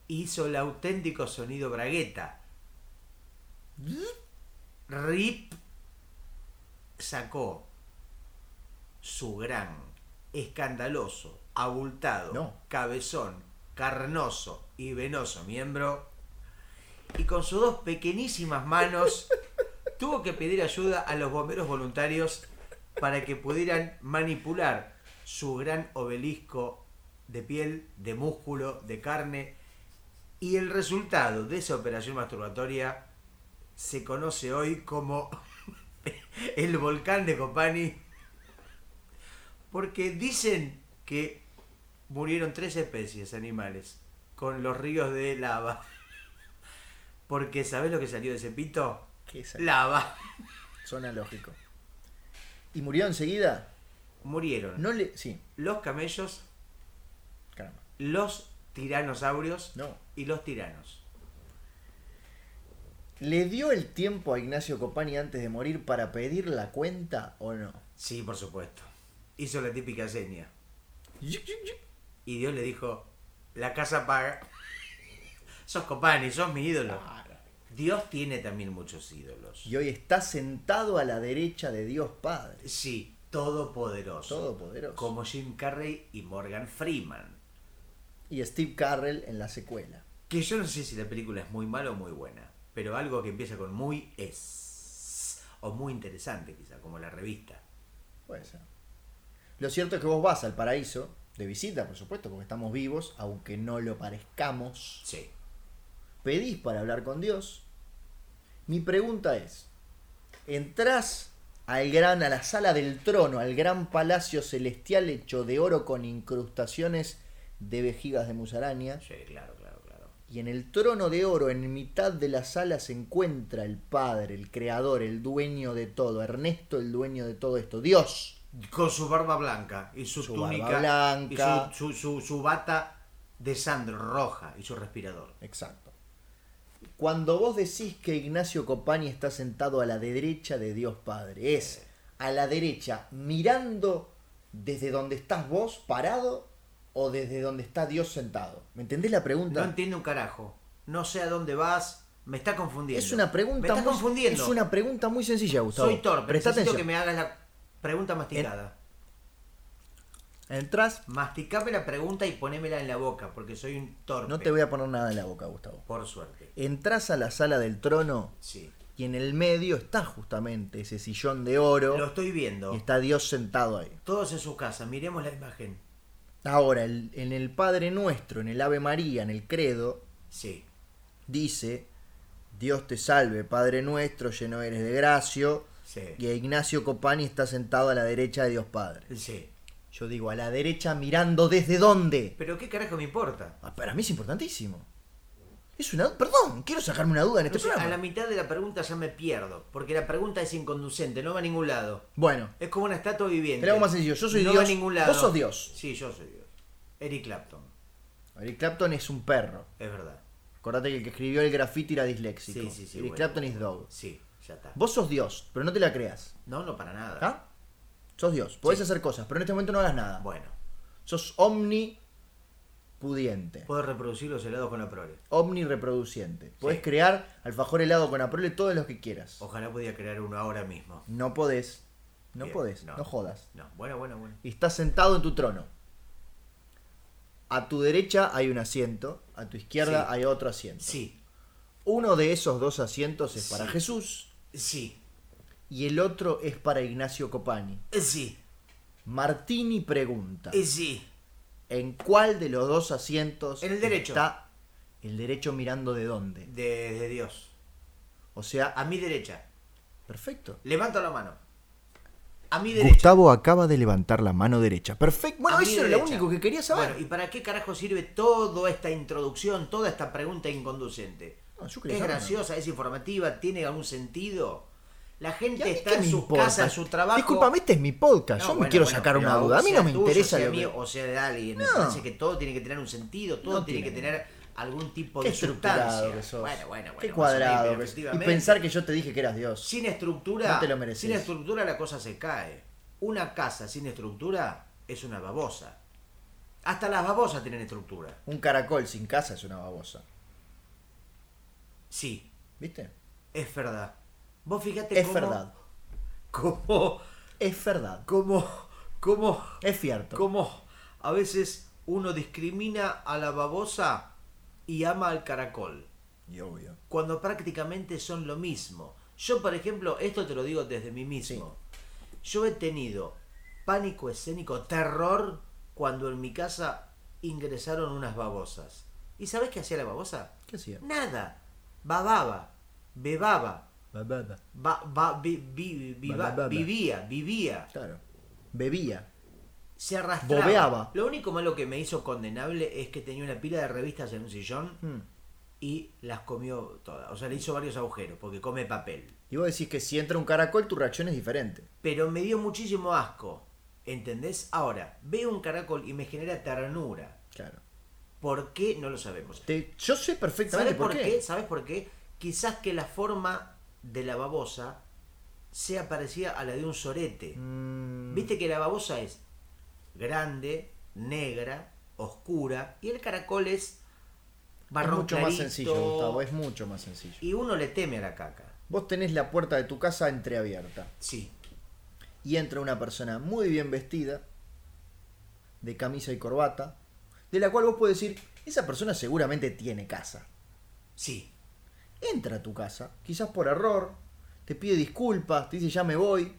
A: Hizo el auténtico sonido bragueta. Rip sacó su gran, escandaloso, abultado,
B: No.
A: cabezón, carnoso y venoso miembro y con sus dos pequeñísimas manos tuvo que pedir ayuda a los bomberos voluntarios para que pudieran manipular su gran obelisco de piel, de músculo, de carne. Y el resultado de esa operación masturbatoria se conoce hoy como <laughs> el volcán de Copani. Porque dicen que murieron tres especies animales con los ríos de lava. <laughs> Porque ¿sabés lo que salió de ese pito?
B: ¿Qué es eso?
A: Lava.
B: Suena lógico. ¿Y murió enseguida?
A: Murieron
B: No le. Sí,
A: los camellos,
B: caramba.
A: los tiranosaurios
B: No.
A: y los tiranos.
B: ¿Le dio el tiempo a Ignacio Copani antes de morir para pedir la cuenta o no?
A: Sí, por supuesto. Hizo la típica seña. Y Dios le dijo, la casa paga. <laughs> Sos Copani, sos mi ídolo. Dios tiene también muchos ídolos.
B: Y hoy está sentado a la derecha de Dios Padre.
A: Sí, todopoderoso.
B: Todopoderoso.
A: Como Jim Carrey y Morgan Freeman.
B: Y Steve Carrell en la secuela.
A: Que yo no sé si la película es muy mala o muy buena, pero algo que empieza con muy es. O muy interesante, quizá, como la revista.
B: Puede ser. Lo cierto es que vos vas al paraíso, de visita, por supuesto, porque estamos vivos, aunque no lo parezcamos.
A: Sí.
B: Pedís para hablar con Dios. Mi pregunta es, ¿entrás al gran, a la sala del trono, al gran palacio celestial hecho de oro con incrustaciones de vejigas de musaraña?
A: Sí, claro, claro, claro.
B: Y en el trono de oro, en mitad de la sala, se encuentra el Padre, el Creador, el dueño de todo, Ernesto, el dueño de todo esto, Dios.
A: Con su barba blanca y su,
B: Su
A: túnica.
B: barba blanca.
A: Y su, su, su- su bata de sandro roja y su respirador.
B: Exacto. Cuando vos decís que Ignacio Copani está sentado a la derecha de Dios Padre, es a la derecha, mirando desde donde estás vos parado o desde donde está Dios sentado. ¿Me entendés la
A: No
B: pregunta?
A: entiende un carajo. No sé a dónde vas, Me está confundiendo.
B: Es una pregunta
A: Me está
B: muy,
A: confundiendo.
B: Es una pregunta muy sencilla, Gustavo.
A: Soy torpe.
B: Presta
A: Necesito
B: atención.
A: que me hagas la pregunta masticada.
B: Entrás,
A: Masticame la pregunta y ponémela en la boca, porque soy un torpe.
B: no te voy a poner nada en la boca, Gustavo.
A: Por suerte.
B: Entrás a la sala del trono
A: Sí.
B: y en el medio está justamente ese sillón de oro
A: Lo estoy viendo.
B: y está Dios sentado ahí.
A: Todos en su casa. Miremos la imagen.
B: Ahora, el- en el Padre Nuestro, en el Ave María, en el Credo,
A: Sí.
B: dice, Dios te salve, Padre Nuestro, lleno eres de gracia,
A: Sí.
B: y Ignacio Copani está sentado a la derecha de Dios Padre.
A: Sí.
B: Yo digo, a la derecha mirando desde dónde.
A: Pero qué carajo me importa.
B: Ah, Para mí es importantísimo. Es una... Perdón, quiero sacarme una duda en este
A: No sé, a
B: programa.
A: la mitad de la pregunta ya me pierdo, porque la pregunta es inconducente, no va a ningún lado.
B: Bueno,
A: Es como una estatua viviente.
B: Te lo hago más sencillo, yo soy
A: no
B: Dios,
A: va a ningún lado.
B: vos sos Dios.
A: Sí, yo soy Dios. Eric Clapton,
B: Eric Clapton es un perro.
A: es verdad.
B: Acordate que el que escribió el graffiti era disléxico.
A: Sí, sí, sí.
B: Eric
A: bueno.
B: Clapton es dog.
A: Sí, ya está.
B: Vos sos Dios, pero no te la creas.
A: No, no, para nada.
B: ¿Está? Sos Dios, podés
A: Sí.
B: hacer cosas, pero en este momento no hagas nada.
A: Bueno,
B: Sos omnipudiente,
A: puedo reproducir los helados con la prole.
B: omnireproduciente. Podés crear alfajor helado con aprole todos los que quieras.
A: Ojalá pudiera crear uno ahora mismo.
B: No podés, no
A: Bien,
B: podés, no.
A: no.
B: jodas.
A: No, bueno, bueno, bueno.
B: Y estás sentado en tu trono. A tu derecha hay un asiento, a tu izquierda
A: Sí.
B: hay otro asiento.
A: Sí,
B: Uno de esos dos asientos es para
A: Sí.
B: Jesús
A: sí,
B: y el otro es para Ignacio Copani.
A: sí,
B: Martini pregunta.
A: sí.
B: ¿En cuál de los dos asientos
A: En el derecho.
B: está el derecho mirando de dónde?
A: Desde Dios.
B: O sea,
A: A mi derecha.
B: perfecto.
A: Levanto la mano. A mi derecha.
B: Gustavo acaba de levantar la mano derecha. Perfecto. Bueno,
A: A mi
B: eso era lo
A: derecha.
B: único que quería saber.
A: Bueno, ¿y para qué carajo sirve toda esta introducción, toda esta pregunta inconducente?
B: No, yo quería
A: ¿Es
B: saber.
A: graciosa, es informativa, tiene algún sentido? La
B: ¿Y a mí
A: gente está
B: qué
A: en
B: me
A: su
B: importa?
A: casa, en su trabajo.
B: Disculpame, este es mi podcast.
A: No,
B: Yo me
A: bueno,
B: quiero
A: bueno,
B: sacar
A: pero
B: una duda. A mí
A: sea
B: no me
A: tuyo,
B: interesa
A: sea
B: lo que-
A: mío o sea de alguien. Me
B: No.
A: parece que todo tiene que tener un sentido, todo
B: No
A: tiene,
B: tiene.
A: que tener algún tipo
B: Qué
A: de sustancia.
B: estructurado que sos.
A: Bueno, bueno, bueno.
B: Qué
A: más o
B: cuadrado.
A: menos,
B: que sos. Y
A: efectivamente.
B: pensar que yo te dije que eras Dios.
A: sin estructura,
B: No te lo mereces.
A: sin estructura la cosa se cae. Una casa sin estructura es una babosa. Hasta las babosas tienen estructura.
B: Un caracol sin casa es una babosa.
A: Sí,
B: ¿Viste?
A: es verdad. Vos fíjate
B: Es
A: cómo,
B: verdad.
A: <laughs> Cómo,
B: Es verdad.
A: cómo, cómo,
B: Es cierto.
A: cómo a veces uno discrimina a la babosa y ama al caracol,
B: Y obvio.
A: cuando prácticamente son lo mismo. Yo, por ejemplo, esto te lo digo desde mí mismo. Yo he tenido pánico escénico, terror, cuando en mi casa ingresaron unas babosas. ¿Y sabés qué hacía la babosa?
B: ¿Qué hacía?
A: Nada. Bababa, bebaba,
B: Ba, ba, ba.
A: Ba- ba- vi- vi- viva-
B: Ba- ba- ba- ba.
A: vivía, vivía,
B: Claro. Bebía.
A: se arrastraba.
B: Bobeaba.
A: Lo único malo que me hizo condenable es que tenía una pila de revistas en un sillón
B: Mm.
A: y las comió todas. O sea, le hizo varios agujeros porque come papel.
B: Y vos decís que si entra un caracol, tu reacción es diferente.
A: Pero me dio muchísimo asco. ¿Entendés? Ahora, veo un caracol y me genera ternura.
B: Claro.
A: ¿Por qué? No lo sabemos.
B: Te- yo sé perfectamente
A: ¿Sabes
B: por, qué.
A: ¿Sabes por qué? Quizás que la forma de la babosa sea parecida a la de un sorete.
B: Mm,
A: Viste que la babosa es grande, negra, oscura y el caracol es
B: es
A: marrón
B: mucho más
A: clarito,
B: sencillo, Gustavo. Es mucho más sencillo.
A: Y uno le teme a la caca.
B: Vos tenés la puerta de tu casa entreabierta.
A: Sí,
B: Y entra una persona muy bien vestida, de camisa y corbata, de la cual vos podés decir, esa persona seguramente tiene casa.
A: sí,
B: Entra a tu casa, quizás por error, te pide disculpas, te dice ya me voy.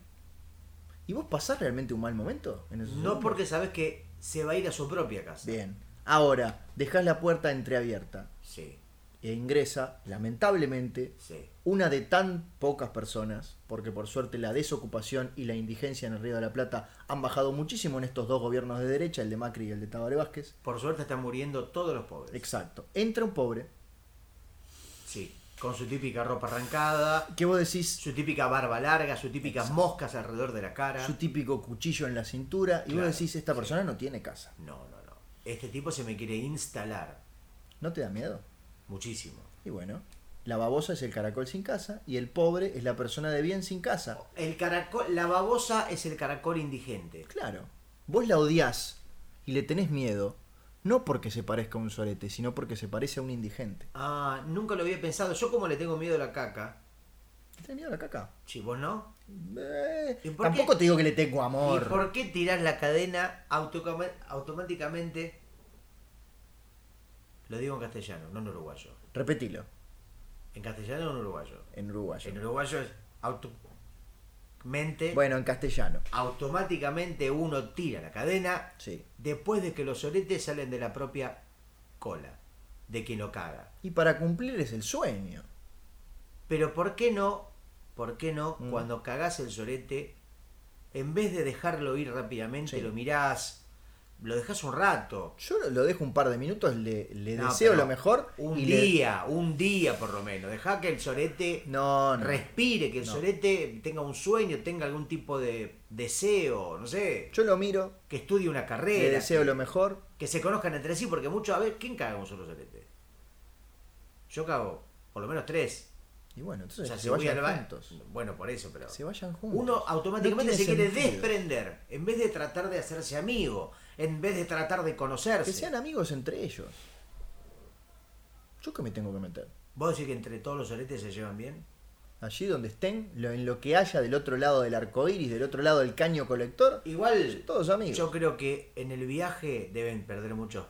B: ¿Y vos pasás realmente un mal momento? en esos
A: no
B: segundos?
A: porque sabes que se va a ir a su propia casa.
B: Bien. Ahora, dejás la puerta entreabierta
A: Sí,
B: e ingresa, lamentablemente,
A: sí,
B: una de tan pocas personas, porque por suerte la desocupación y la indigencia en el Río de la Plata han bajado muchísimo en estos dos gobiernos de derecha, el de Macri y el de Tabaré Vázquez.
A: por suerte están muriendo todos los pobres.
B: Exacto. Entra un pobre
A: Sí, con su típica ropa arrancada,
B: que vos decís
A: su típica barba larga, sus típicas
B: Exacto.
A: moscas alrededor de la cara.
B: su típico cuchillo en la cintura y
A: Ah. Claro,
B: vos decís esta persona no tiene casa.
A: No, no, no. Este tipo se me quiere instalar
B: ¿No te da miedo?
A: muchísimo.
B: Y bueno, la babosa es el caracol sin casa y el pobre es la persona de bien sin casa.
A: El caracol, la babosa es el caracol indigente.
B: Claro. Vos la odiás y le tenés miedo, No porque se parezca a un sorete, sino porque se parece a un indigente.
A: Ah, nunca lo había pensado. Yo como le tengo miedo a la caca.
B: ¿Te miedo a la caca?
A: Si vos no.
B: Eh,
A: ¿Y por qué?
B: tampoco te digo que le tengo amor.
A: ¿Y por qué tirás la cadena autocama- automáticamente? Lo digo en castellano, no en uruguayo.
B: Repetilo,
A: En castellano o en uruguayo.
B: en uruguayo.
A: En uruguayo es automáticamente.
B: Bueno, en castellano.
A: Automáticamente uno tira la cadena
B: Sí.
A: después de que los soletes salen de la propia cola de quien lo caga.
B: Y para cumplir es el sueño.
A: Pero ¿por qué no? ¿Por qué no
B: Mm.
A: cuando cagás el solete, en vez de dejarlo ir rápidamente,
B: Sí.
A: lo mirás, lo dejás un rato?
B: Yo lo- lo dejo un par de minutos, le, le
A: No,
B: deseo
A: pero
B: lo mejor.
A: Un
B: y le-
A: día, un día por lo menos. Dejá que el solete
B: No, no.
A: respire, que el
B: No.
A: solete tenga un sueño, tenga algún tipo de deseo, no sé,
B: Yo lo miro,
A: que estudie una
B: le
A: carrera,
B: deseo lo mejor.
A: que se conozcan entre sí, porque mucho, a ver, ¿quién caga un solo solete? Yo cago, por lo menos tres.
B: Y bueno,
A: O
B: entonces
A: sea,
B: que
A: si
B: se
A: voy
B: vayan
A: al ba-
B: juntos.
A: Bueno, por eso, pero.
B: Se vayan juntos.
A: Uno automáticamente
B: No
A: se
B: tiene
A: quiere
B: sentido.
A: desprender, en vez de tratar de hacerse amigo, en vez de tratar de
B: Que
A: conocerse.
B: sean amigos entre ellos. ¿Yo qué me tengo que meter?
A: ¿Vos decís que entre todos los soletes se llevan bien?
B: Allí donde estén, lo- en lo que haya del otro lado del arco iris, del otro lado del caño colector,
A: Igual,
B: todos amigos.
A: yo creo que en el viaje deben perder muchos.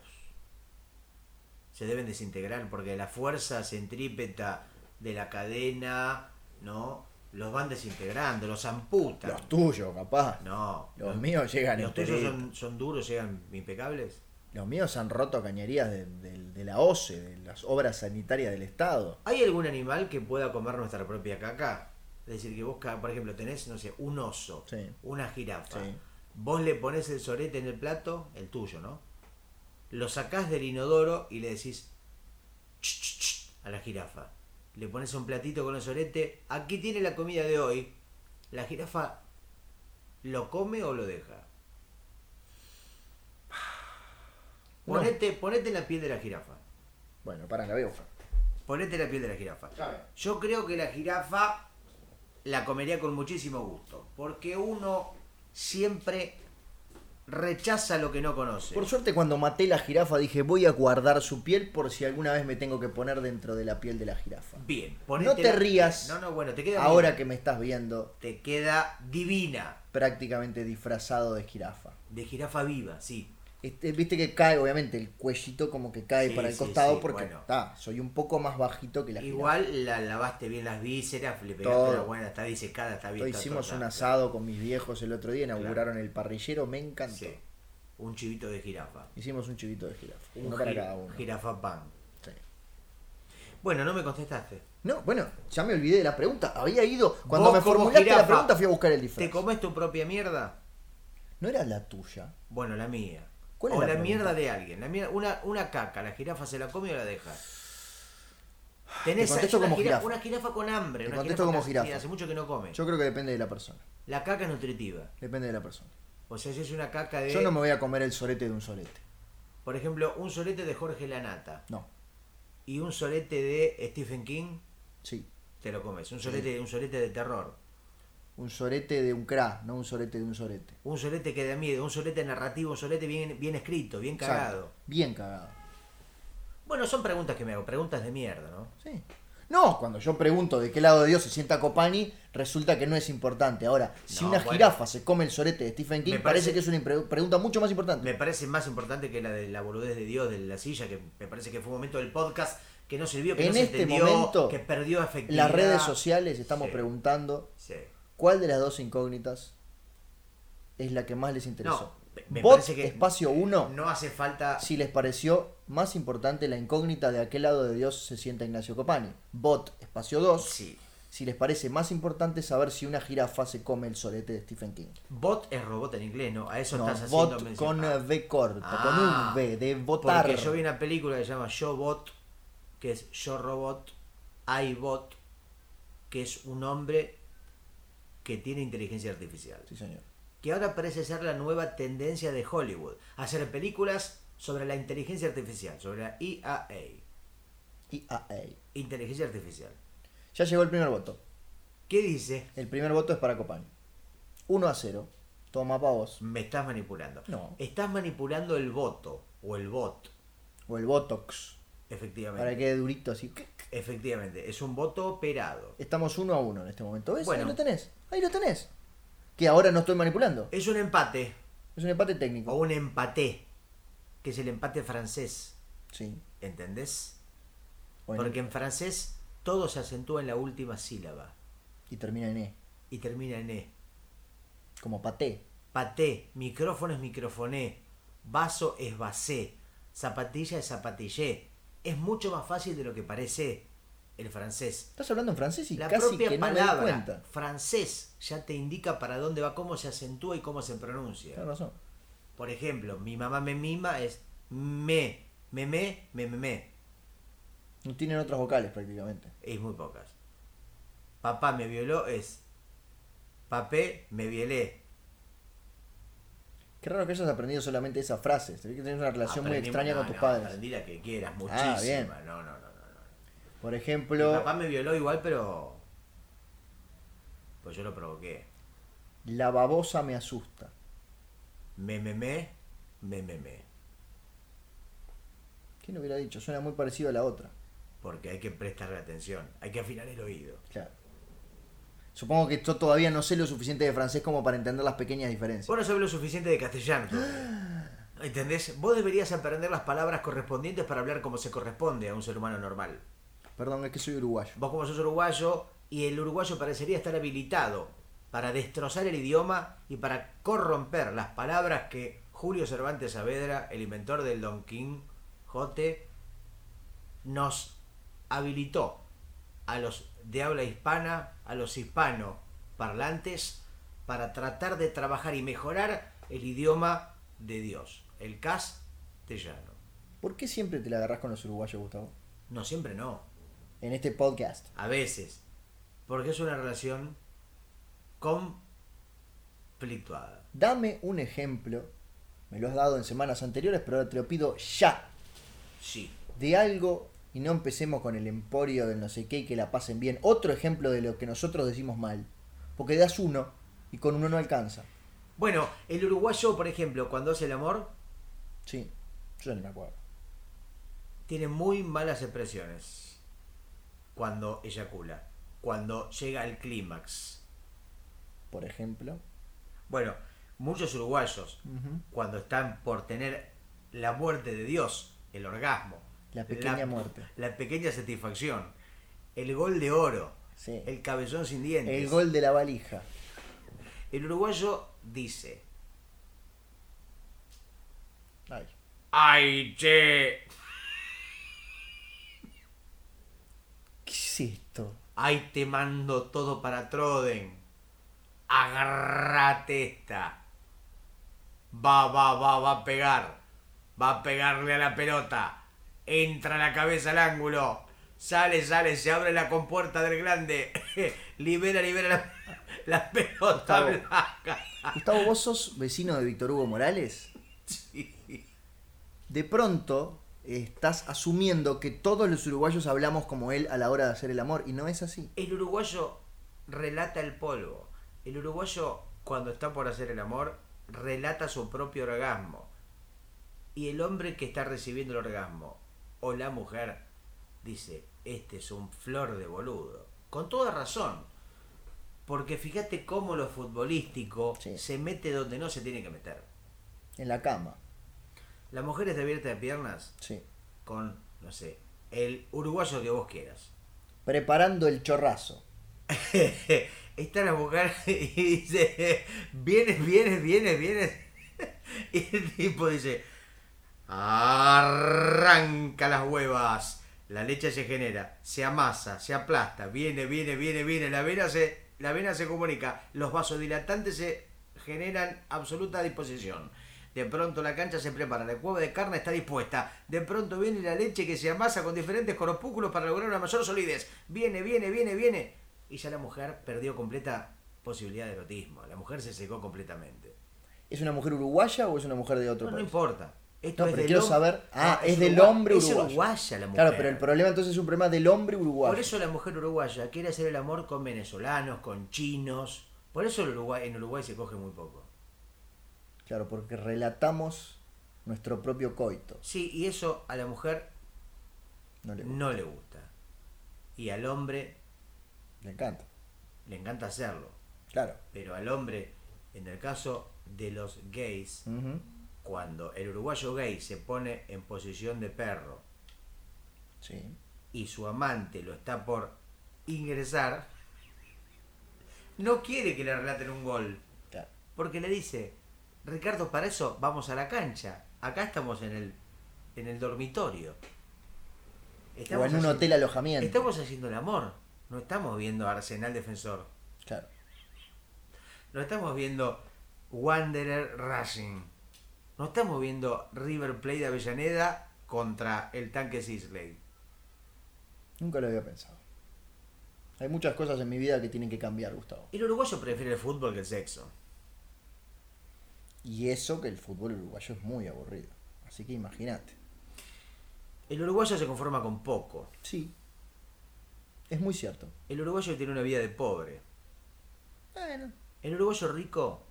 A: Se deben desintegrar porque la fuerza centrípeta de la cadena, ¿no? Los van desintegrando, los amputan.
B: Los tuyos, capaz.
A: no.
B: Los míos llegan
A: ¿Los tuyos
B: enteritos.
A: son, son duros, llegan impecables?
B: Los míos han roto cañerías de, de- de la OCE, de las obras sanitarias del Estado.
A: ¿Hay algún animal que pueda comer nuestra propia caca? Es decir, que vos, ca- por ejemplo, tenés, no sé, un oso,
B: Sí.
A: una jirafa.
B: Sí.
A: Vos le pones el sorete en el plato, el tuyo, ¿no? Lo sacás del inodoro y le decís "Ch, ch, ch", a la jirafa. Le pones un platito con el sorete. Aquí tiene la comida de hoy. ¿La jirafa lo come o lo deja?
B: <sighs> No.
A: Ponete, ponete en la piel de la jirafa.
B: Bueno, para la veo.
A: Ponete la piel de la jirafa. Yo creo que la jirafa la comería con muchísimo gusto, porque uno siempre rechaza lo que no conoce.
B: Por suerte cuando maté la jirafa dije voy a guardar su piel por si alguna vez me tengo que poner dentro de la piel de la jirafa.
A: Bien,
B: No te
A: la-
B: rías.
A: No, no, bueno, te queda
B: Ahora
A: divina.
B: que me estás viendo
A: te queda divina
B: prácticamente disfrazado de jirafa.
A: de jirafa viva, sí.
B: Este, Viste que cae, obviamente, el cuellito como que cae
A: Sí,
B: para el
A: sí,
B: costado
A: sí,
B: porque
A: bueno.
B: ta, soy un poco más bajito que la jirafa.
A: Igual la lavaste bien las vísceras, le pegaste
B: Todo.
A: la buena, está disecada, está bien.
B: Entonces,
A: está
B: hicimos
A: torta.
B: un asado con mis viejos el otro día, inauguraron el parrillero, me encantó.
A: Sí, un chivito de jirafa.
B: Hicimos un chivito de jirafa,
A: Un
B: uno para
A: ji-
B: cada uno.
A: jirafa pan.
B: Sí.
A: Bueno, no me contestaste.
B: No, bueno, ya me olvidé de la pregunta. Había ido. Cuando
A: Vos
B: me
A: como
B: formulaste la
A: jirafa,
B: pregunta fui a buscar el
A: ¿Te
B: disfraz.
A: comes tu propia mierda?
B: No era la tuya.
A: Bueno, la mía.
B: ¿Cuál
A: o
B: es
A: la,
B: la pregunta?
A: mierda de alguien. La mierda- una, una caca, la jirafa se la come o la deja. Tenés
B: Te contesto
A: ahí una,
B: como
A: jira-
B: jirafa.
A: una jirafa con hambre.
B: Te
A: una
B: contesto como
A: que
B: jirafa.
A: Hace mucho que no come.
B: Yo creo que depende de la persona.
A: La caca es nutritiva.
B: Depende de la persona.
A: O sea, si es una caca de.
B: Yo no me voy a comer el solete de un solete.
A: Por ejemplo, un solete de Jorge Lanata
B: No.
A: y un solete de Stephen King,
B: Sí.
A: te lo comes. Un solete, un solete de terror.
B: Un solete de un cra, no un solete de un solete.
A: Un solete que da miedo. Un solete narrativo. Un solete bien, bien escrito, bien cagado.
B: Exacto. Bien cagado.
A: Bueno, son preguntas que me hago. Preguntas de mierda, ¿no?
B: Sí. No, cuando yo pregunto de qué lado de Dios se sienta Copani, resulta que no es importante. Ahora, si
A: No,
B: una
A: bueno.
B: jirafa se come el solete de Stephen King,
A: Me
B: parece,
A: parece-
B: que es una impre- pregunta mucho más importante.
A: Me parece más importante que la de la boludez de Dios de la silla, que me parece que fue un momento del podcast que no sirvió, que
B: En
A: no se
B: este
A: entendió,
B: momento,
A: que perdió efectividad.
B: Las redes sociales estamos
A: Sí.
B: preguntando
A: Sí.
B: cuál de las dos incógnitas es la que más les interesó.
A: No, me- me
B: Bot
A: parece que-
B: espacio 1,
A: No hace falta.
B: si les pareció más importante la incógnita de a qué lado de Dios se sienta Ignacio Copani. Bot espacio 2,
A: Sí.
B: si les parece más importante saber si una jirafa se come el solete de Stephen King.
A: Bot es robot en inglés, ¿no? A eso
B: No,
A: estás haciendo
B: bot
A: mención.
B: con
A: Ah,
B: eh, V corta,
A: Ah,
B: con un V, de votar.
A: Porque yo vi una película que se llama Yo Bot, que es Yo Robot, I Bot, que es un hombre que tiene inteligencia artificial.
B: Sí, señor.
A: que ahora parece ser la nueva tendencia de Hollywood, hacer películas sobre la inteligencia artificial, sobre la IAA,
B: IAA.
A: inteligencia artificial.
B: Ya llegó el primer voto.
A: ¿Qué dice?
B: El primer voto es para Copani. 1 a 0. Toma pa' vos.
A: Me estás manipulando.
B: No.
A: Estás manipulando el voto. o el bot,
B: O el Botox.
A: efectivamente.
B: Para que quede durito así.
A: Efectivamente, es un voto operado.
B: Estamos uno a uno en este momento. ¿Ves?
A: Bueno.
B: Ahí lo tenés. Ahí lo tenés. Que ahora no estoy manipulando.
A: Es un empate
B: Es un empate
A: o
B: técnico.
A: un empaté, que es el empate francés,
B: Sí.
A: ¿entendés?
B: Bueno,
A: Porque en francés todo se acentúa en la última sílaba
B: Y termina en E.
A: y termina en E.
B: Como paté.
A: Paté, micrófono es microfoné, vaso es basé, zapatilla es zapatillé. Es mucho más fácil de lo que parece el francés.
B: Estás hablando en francés y
A: La
B: casi
A: propia
B: que no me doy
A: palabra
B: cuenta.
A: francés ya te indica para dónde va, cómo se acentúa y cómo se pronuncia.
B: Tienes razón.
A: Por ejemplo, mi mamá me mima es me, me, me, me, me, me.
B: No tienen otras vocales prácticamente.
A: Es muy pocas. Papá me violó es papé me violé.
B: Qué raro que hayas aprendido solamente esa frase. Se ve que tenés una relación muy
A: Aprendí-
B: extraña
A: no,
B: con tus
A: no,
B: padres.
A: Aprendí la que quieras,
B: Ah,
A: muchísima.
B: bien.
A: No, no, no, no. no.
B: Por
A: Mi
B: ejemplo,
A: papá me violó igual, pero. Pues yo lo provoqué.
B: la babosa me asusta.
A: Me, me, me, me, me, me.
B: ¿Quién lo hubiera dicho? Suena muy parecido a la otra.
A: Porque hay que prestarle atención, hay que afinar el oído.
B: Claro. Supongo que yo todavía no sé lo suficiente de francés como para entender las pequeñas diferencias.
A: Vos no sabés lo suficiente de castellano. todavía. ¿Entendés? Vos deberías aprender las palabras correspondientes para hablar como se corresponde a un ser humano normal.
B: Perdón, es que soy uruguayo.
A: Vos como sos uruguayo y el uruguayo parecería estar habilitado para destrozar el idioma y para corromper las palabras que Julio Cervantes Saavedra, el inventor del Don Quijote, nos habilitó a los de habla hispana, a los hispanoparlantes, para tratar de trabajar y mejorar el idioma de Dios, el castellano.
B: ¿Por qué siempre te la agarrás con los uruguayos, Gustavo?
A: No, siempre no.
B: En este podcast.
A: A veces. Porque es una relación conflictuada.
B: Dame un ejemplo. Me lo has dado en semanas anteriores, pero ahora te lo pido ya.
A: Sí.
B: de algo y no empecemos con el emporio del no sé qué y que la pasen bien. Otro ejemplo de lo que nosotros decimos mal. Porque das uno y con uno no alcanza.
A: Bueno, el uruguayo, por ejemplo, cuando hace el amor,
B: Sí, yo no me acuerdo.
A: tiene muy malas expresiones. Cuando eyacula. Cuando llega al clímax.
B: Por ejemplo.
A: Bueno, muchos uruguayos, cuando están por tener la muerte de Dios, el orgasmo.
B: La pequeña muerte.
A: La pequeña satisfacción. El gol de oro.
B: Sí.
A: El cabezón sin dientes.
B: El gol de la valija.
A: El uruguayo dice,
B: Ay.
A: ¡Ay, che!
B: ¿Qué es esto?
A: ¡Ay, te mando todo para Troden! ¡Agarrate esta! Va, va, va, va a pegar. Va a pegarle a la pelota. Entra la cabeza al ángulo. Sale, sale, se abre la compuerta del grande. <laughs> libera, libera la, la pelota
B: Gustavo.
A: blanca. <laughs>
B: Gustavo, vos sos vecino de Víctor Hugo Morales. De pronto eh, estás asumiendo que todos los uruguayos hablamos como él a la hora de hacer el amor y no es así.
A: El uruguayo relata el polvo. El uruguayo, cuando está por hacer el amor, relata su propio orgasmo. Y el hombre que está recibiendo el orgasmo, o la mujer, dice, este es un flor de boludo. Con toda razón. Porque fíjate cómo lo futbolístico
B: Sí.
A: se mete donde no se tiene que meter.
B: En la cama.
A: La mujer está abierta de piernas
B: Sí.
A: con, no sé, el uruguayo que vos quieras.
B: Preparando el chorrazo.
A: <laughs> Está la mujer y dice, vienes, vienes, vienes, vienes. <laughs> Y el tipo dice, arranca las huevas. La leche se genera, se amasa, se aplasta, viene, viene, viene, viene. La vena se, la vena se comunica, los vasodilatantes se generan absoluta disposición. De pronto la cancha se prepara, la cueva de carne está dispuesta. De pronto viene la leche que se amasa con diferentes corpúsculos para lograr una mayor solidez. Viene, viene, viene, viene. Y ya la mujer perdió completa posibilidad de erotismo. La mujer se secó completamente.
B: ¿Es una mujer uruguaya o es una mujer de otro
A: No, no
B: país?
A: importa. Esto
B: No,
A: es
B: pero
A: del
B: quiero
A: hom-
B: saber. Ah, es, del
A: urugua-
B: hombre
A: es
B: uruguayo.
A: uruguaya la mujer.
B: Claro, pero el problema entonces es un problema del hombre uruguayo.
A: Por eso la mujer uruguaya quiere hacer el amor con venezolanos, con chinos. Por eso el Uruguay- en Uruguay se coge muy poco.
B: Claro, porque relatamos nuestro propio coito.
A: Sí, y eso a la mujer
B: No le,
A: no le gusta. Y al hombre
B: le encanta.
A: le encanta hacerlo.
B: Claro.
A: Pero al hombre, en el caso de los gays,
B: Ujú.
A: cuando el uruguayo gay se pone en posición de perro
B: Sí.
A: y su amante lo está por ingresar, no quiere que le relaten un gol.
B: Claro.
A: Porque le dice, Ricardo, para eso vamos a la cancha. Acá estamos en el, en el dormitorio.
B: O en un
A: haciendo-
B: hotel alojamiento.
A: Estamos haciendo el amor. No estamos viendo Arsenal Defensor.
B: Claro.
A: No estamos viendo Wanderer Racing. No estamos viendo River Plate de Avellaneda contra el tanque Sisley.
B: Nunca lo había pensado. Hay muchas cosas en mi vida que tienen que cambiar, Gustavo.
A: El uruguayo prefiere el fútbol que el sexo.
B: Y eso que el fútbol uruguayo es muy aburrido. Así que imagínate.
A: El uruguayo se conforma con poco.
B: Sí. Es muy cierto.
A: El uruguayo tiene una vida de pobre.
B: Bueno.
A: El uruguayo rico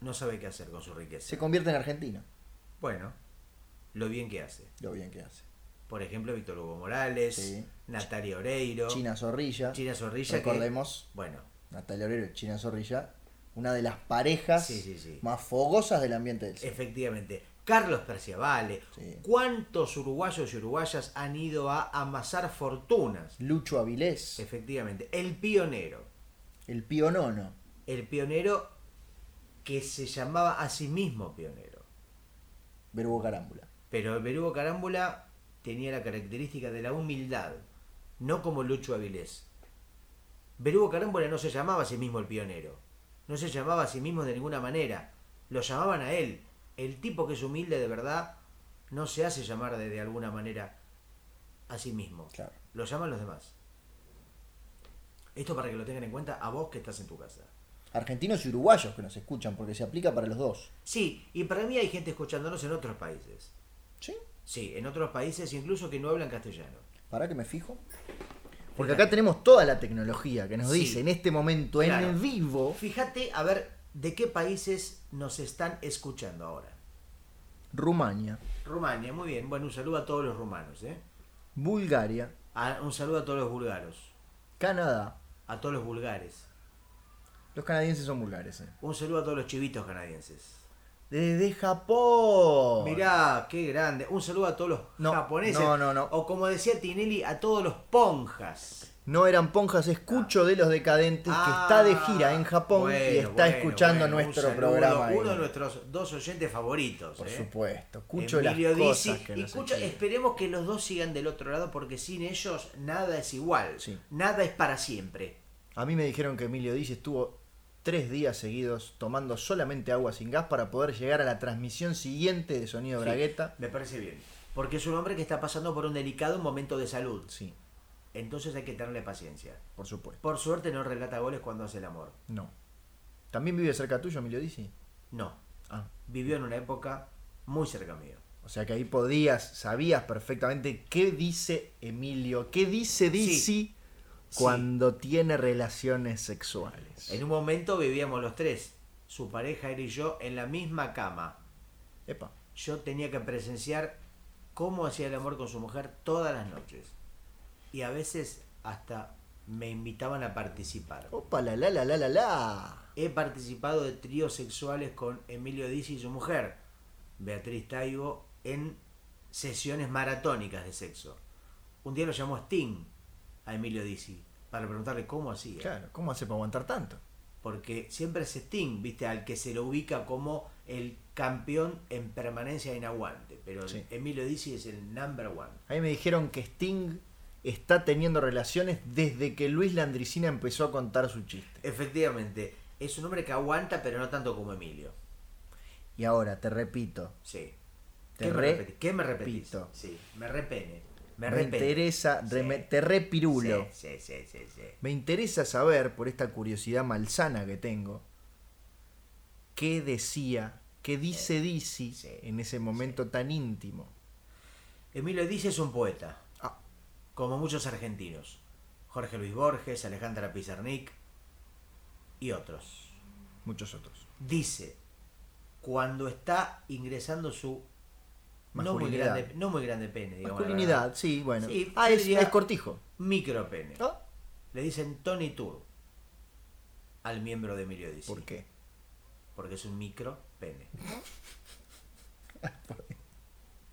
A: no sabe qué hacer con su riqueza.
B: Se convierte en Argentina.
A: Bueno, lo bien que hace.
B: Lo bien que hace.
A: Por ejemplo, Víctor Hugo Morales,
B: Sí.
A: Natalia Oreiro,
B: China Zorrilla.
A: China Zorrilla. que-
B: Recordemos,
A: bueno,
B: Natalia Obrero y China Zorrilla, una de las parejas
A: Sí, sí, sí.
B: más fogosas del ambiente del cine.
A: efectivamente. Carlos Perciavale.
B: Sí.
A: ¿Cuántos uruguayos y uruguayas han ido a amasar fortunas?
B: Lucho Avilés,
A: Efectivamente. El pionero.
B: el Pío Nono.
A: El pionero que se llamaba a sí mismo pionero.
B: Verbo Carámbula.
A: Pero el Berugo Carámbula tenía la característica de la humildad, no como Lucho Avilés. Berugo Carámbula no se llamaba a sí mismo el pionero, no se llamaba a sí mismo de ninguna manera, lo llamaban a él. El tipo que es humilde de verdad no se hace llamar de, de alguna manera a sí mismo,
B: Claro.
A: lo llaman los demás. Esto para que lo tengan en cuenta a vos que estás en tu casa.
B: Argentinos y uruguayos que nos escuchan, porque se aplica para los dos.
A: Sí, y para mí hay gente escuchándonos en otros países.
B: ¿Sí?
A: Sí, en otros países incluso que no hablan castellano.
B: ¿Para que me fijo? Porque acá tenemos toda la tecnología que nos
A: Sí.
B: dice en este momento
A: Claro.
B: en vivo
A: Fíjate a ver de qué países nos están escuchando ahora.
B: Rumania,
A: Rumania, muy bien. Bueno, un saludo a todos los rumanos, ¿eh?
B: Bulgaria,
A: A- un saludo a todos los búlgaros,
B: Canadá.
A: a todos los vulgares.
B: Los canadienses son vulgares. ¿eh?
A: Un saludo a todos los chivitos canadienses.
B: Desde Japón.
A: Mirá, qué grande. Un saludo a todos los
B: No,
A: japoneses.
B: no, no, no.
A: O como decía Tinelli, a todos los ponjas.
B: No eran ponjas, escucho de los decadentes
A: Ah,
B: Este que está de gira en Japón y
A: bueno,
B: está
A: Ah, bueno,
B: escuchando
A: bueno, un
B: nuestro
A: saludo,
B: programa. ahí.
A: Uno de nuestros dos oyentes favoritos.
B: Por
A: ¿eh?
B: supuesto, escucho las
A: Emilio
B: cosas
A: Dizzi
B: que
A: y
B: nos
A: Cucho,
B: escriben.
A: esperemos que los dos sigan del otro lado porque sin ellos nada es igual.
B: Sí.
A: Nada es para siempre.
B: A mí me dijeron que Emilio Dice estuvo tres días seguidos tomando solamente agua sin gas para poder llegar a la transmisión siguiente de Sonido Bragueta.
A: Me parece bien. Porque es un hombre que está pasando por un delicado momento de salud.
B: Sí,
A: Entonces hay que tenerle paciencia.
B: por supuesto.
A: Por suerte no relata goles cuando hace el amor.
B: No. ¿También vive cerca tuyo, Emilio Dice?
A: No.
B: Ah,
A: Vivió en una época muy cerca mío.
B: o sea que ahí podías, sabías perfectamente qué dice Emilio, qué dice Dizzy
A: Sí.
B: cuando tiene relaciones sexuales.
A: En un momento vivíamos los tres, su pareja, él y yo, en la misma cama.
B: Epa.
A: yo tenía que presenciar cómo hacía el amor con su mujer todas las noches. Y a veces hasta me invitaban a participar.
B: Opa, la la la la la la.
A: He participado de tríos sexuales con Emilio Dizzi y su mujer, Beatriz Taibo, en sesiones maratónicas de sexo. Un día lo llamó Sting a Emilio Dizzi para preguntarle cómo hacía.
B: Claro, ¿cómo hace para aguantar tanto?
A: Porque siempre es Sting, ¿viste? Al que se lo ubica como el campeón en permanencia en aguante. Pero
B: Sí.
A: Emilio Dizzi es el number one.
B: A mí me dijeron que Sting está teniendo relaciones desde que Luis Landricina empezó a contar su chiste.
A: Efectivamente, es un hombre que aguanta, pero no tanto como Emilio.
B: Y ahora, te repito,
A: Sí.
B: Te
A: ¿Qué, me,
B: re-
A: repetís? ¿Qué me repetís?
B: pito.
A: Sí, me repene. Me,
B: me,
A: repene.
B: interesa,
A: Sí.
B: reme- te repirulo.
A: Sí, sí, sí, sí, sí.
B: Me interesa saber, por esta curiosidad malsana que tengo, qué decía, qué dice Dizzy
A: Eh, Sí.
B: en ese momento tan íntimo.
A: Emilio Dice es un poeta,
B: Ah,
A: como muchos argentinos. Jorge Luis Borges, Alejandra Pizarnik y otros.
B: muchos otros.
A: Dice, cuando está ingresando su no muy,
B: Masculinidad.
A: grande, no muy grande pene, digamos. la verdad.
B: Masculinidad, sí, bueno.
A: Sí,
B: ah, es,
A: sería-
B: es cortijo.
A: Micro pene.
B: Ah,
A: Le dicen Tony Tour al miembro de Emilio Dizzy.
B: ¿Por qué?
A: Porque es un micro
B: <laughs>
A: pene.
B: Ah,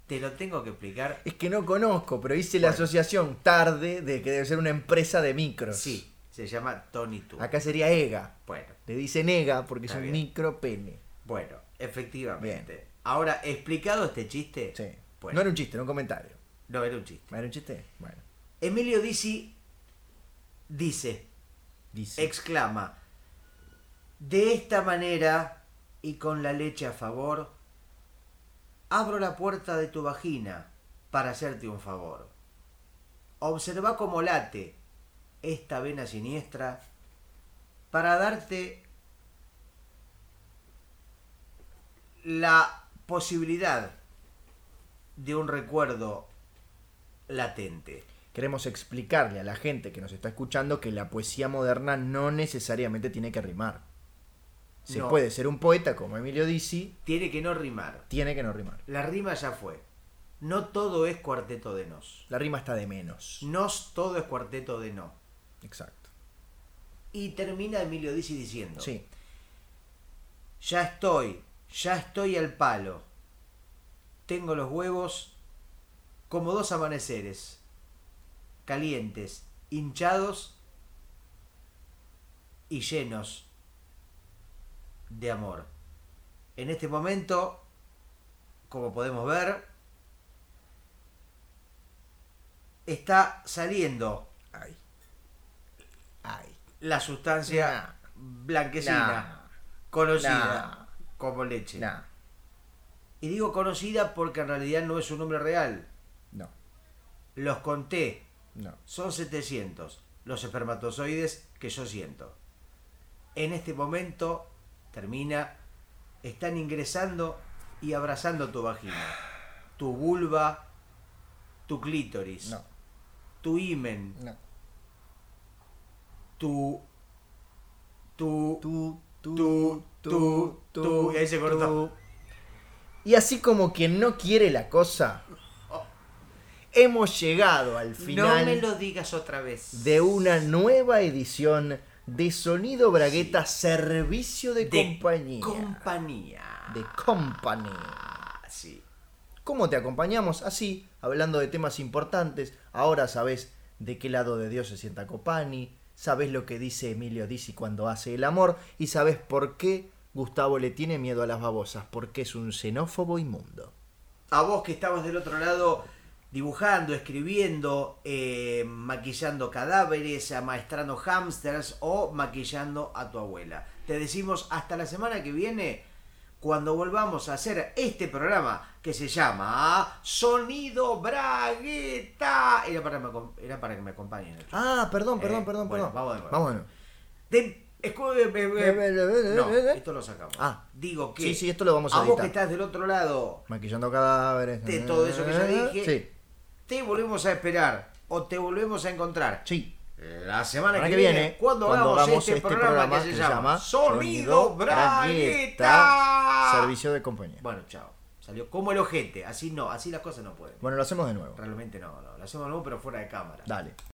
A: Te lo tengo que explicar.
B: Es que no conozco, pero hice la
A: Bueno.
B: asociación tarde de que debe ser una empresa de micros.
A: Sí, se llama Tony Tour.
B: Acá sería EGA.
A: Bueno,
B: Le dicen EGA porque es
A: Está
B: un
A: bien.
B: micro pene.
A: bueno, efectivamente. Ahora, explicado este chiste.
B: Sí.
A: Bueno.
B: No era un chiste, era un comentario.
A: No, era un chiste.
B: ¿No ¿Era un chiste? Bueno.
A: Emilio Dizzy dice,
B: Dice.
A: exclama, de esta manera y con la leche a favor, abro la puerta de tu vagina para hacerte un favor. Observa cómo late esta vena siniestra para darte la posibilidad de un recuerdo latente.
B: Queremos explicarle a la gente que nos está escuchando que la poesía moderna no necesariamente tiene que rimar. Se
A: No.
B: puede ser un poeta como Emilio Dizzy,
A: Tiene que no rimar.
B: tiene que no rimar.
A: La rima ya fue. No todo es cuarteto de nos.
B: La rima está de menos.
A: Nos todo es cuarteto de no.
B: Exacto.
A: Y termina Emilio Dizzy diciendo:
B: Sí.
A: Ya estoy, ya estoy al palo. Tengo los huevos como dos amaneceres. Calientes, hinchados y llenos de amor. En este momento, como podemos ver, está saliendo
B: Ay. Ay.
A: la sustancia blanquecina, conocida como leche.
B: Nah.
A: Y digo conocida porque en realidad no es su nombre real.
B: No.
A: Los conté,
B: No.
A: son 700 los espermatozoides que yo siento. En este momento, termina, están ingresando y abrazando tu vagina, tu vulva, tu clítoris,
B: No.
A: tu himen,
B: No.
A: tu... Tu...
B: Tú, tú,
A: Tú, tú, tú. Y ahí se cortó.
B: tú. Y así como quien no quiere la cosa, hemos llegado al
A: Oh. No me
B: final
A: lo digas otra vez.
B: de una nueva edición de Sonido Bragueta Servicio de,
A: De
B: Compañía.
A: Compañía.
B: de Company.
A: Ah, sí.
B: ¿Cómo te acompañamos? Así, hablando de temas importantes. Ahora sabes de qué lado de Dios se sienta Copani, sabes lo que dice Emilio Dizzy cuando hace el amor y sabes por qué Gustavo le tiene miedo a las babosas, porque es un xenófobo inmundo.
A: A vos que estabas del otro lado dibujando, escribiendo, eh, maquillando cadáveres, amaestrando hamsters o maquillando a tu abuela. Te decimos hasta la semana que viene cuando volvamos a hacer este programa que se llama Sonido Bragueta. Era para, que me acom- era para que me acompañen. Nacho.
B: Ah, perdón,
A: Eh,
B: perdón, perdón,
A: bueno,
B: perdón.
A: vamos de nuevo.
B: Vamos de nuevo.
A: De- escu- eh, eh, eh, No, esto lo sacamos.
B: Ah.
A: Digo que
B: Sí, sí, esto lo vamos a
A: a vos
B: editar.
A: que estás del otro lado
B: Maquillando cadáveres. Eh,
A: de todo eso que ya dije,
B: Sí,
A: te volvemos a esperar o te volvemos a encontrar
B: sí.
A: la semana
B: Semana
A: que, viene, cuando, hagamos, este, programa, que se, llama, Sonido Bragueta.
B: Servicio de compañía.
A: Bueno, chao. Salió como el ojete. Así no, así las cosas no pueden.
B: Bueno, lo hacemos de nuevo.
A: Realmente no, no. Lo hacemos nuevo, pero fuera de cámara.
B: Dale.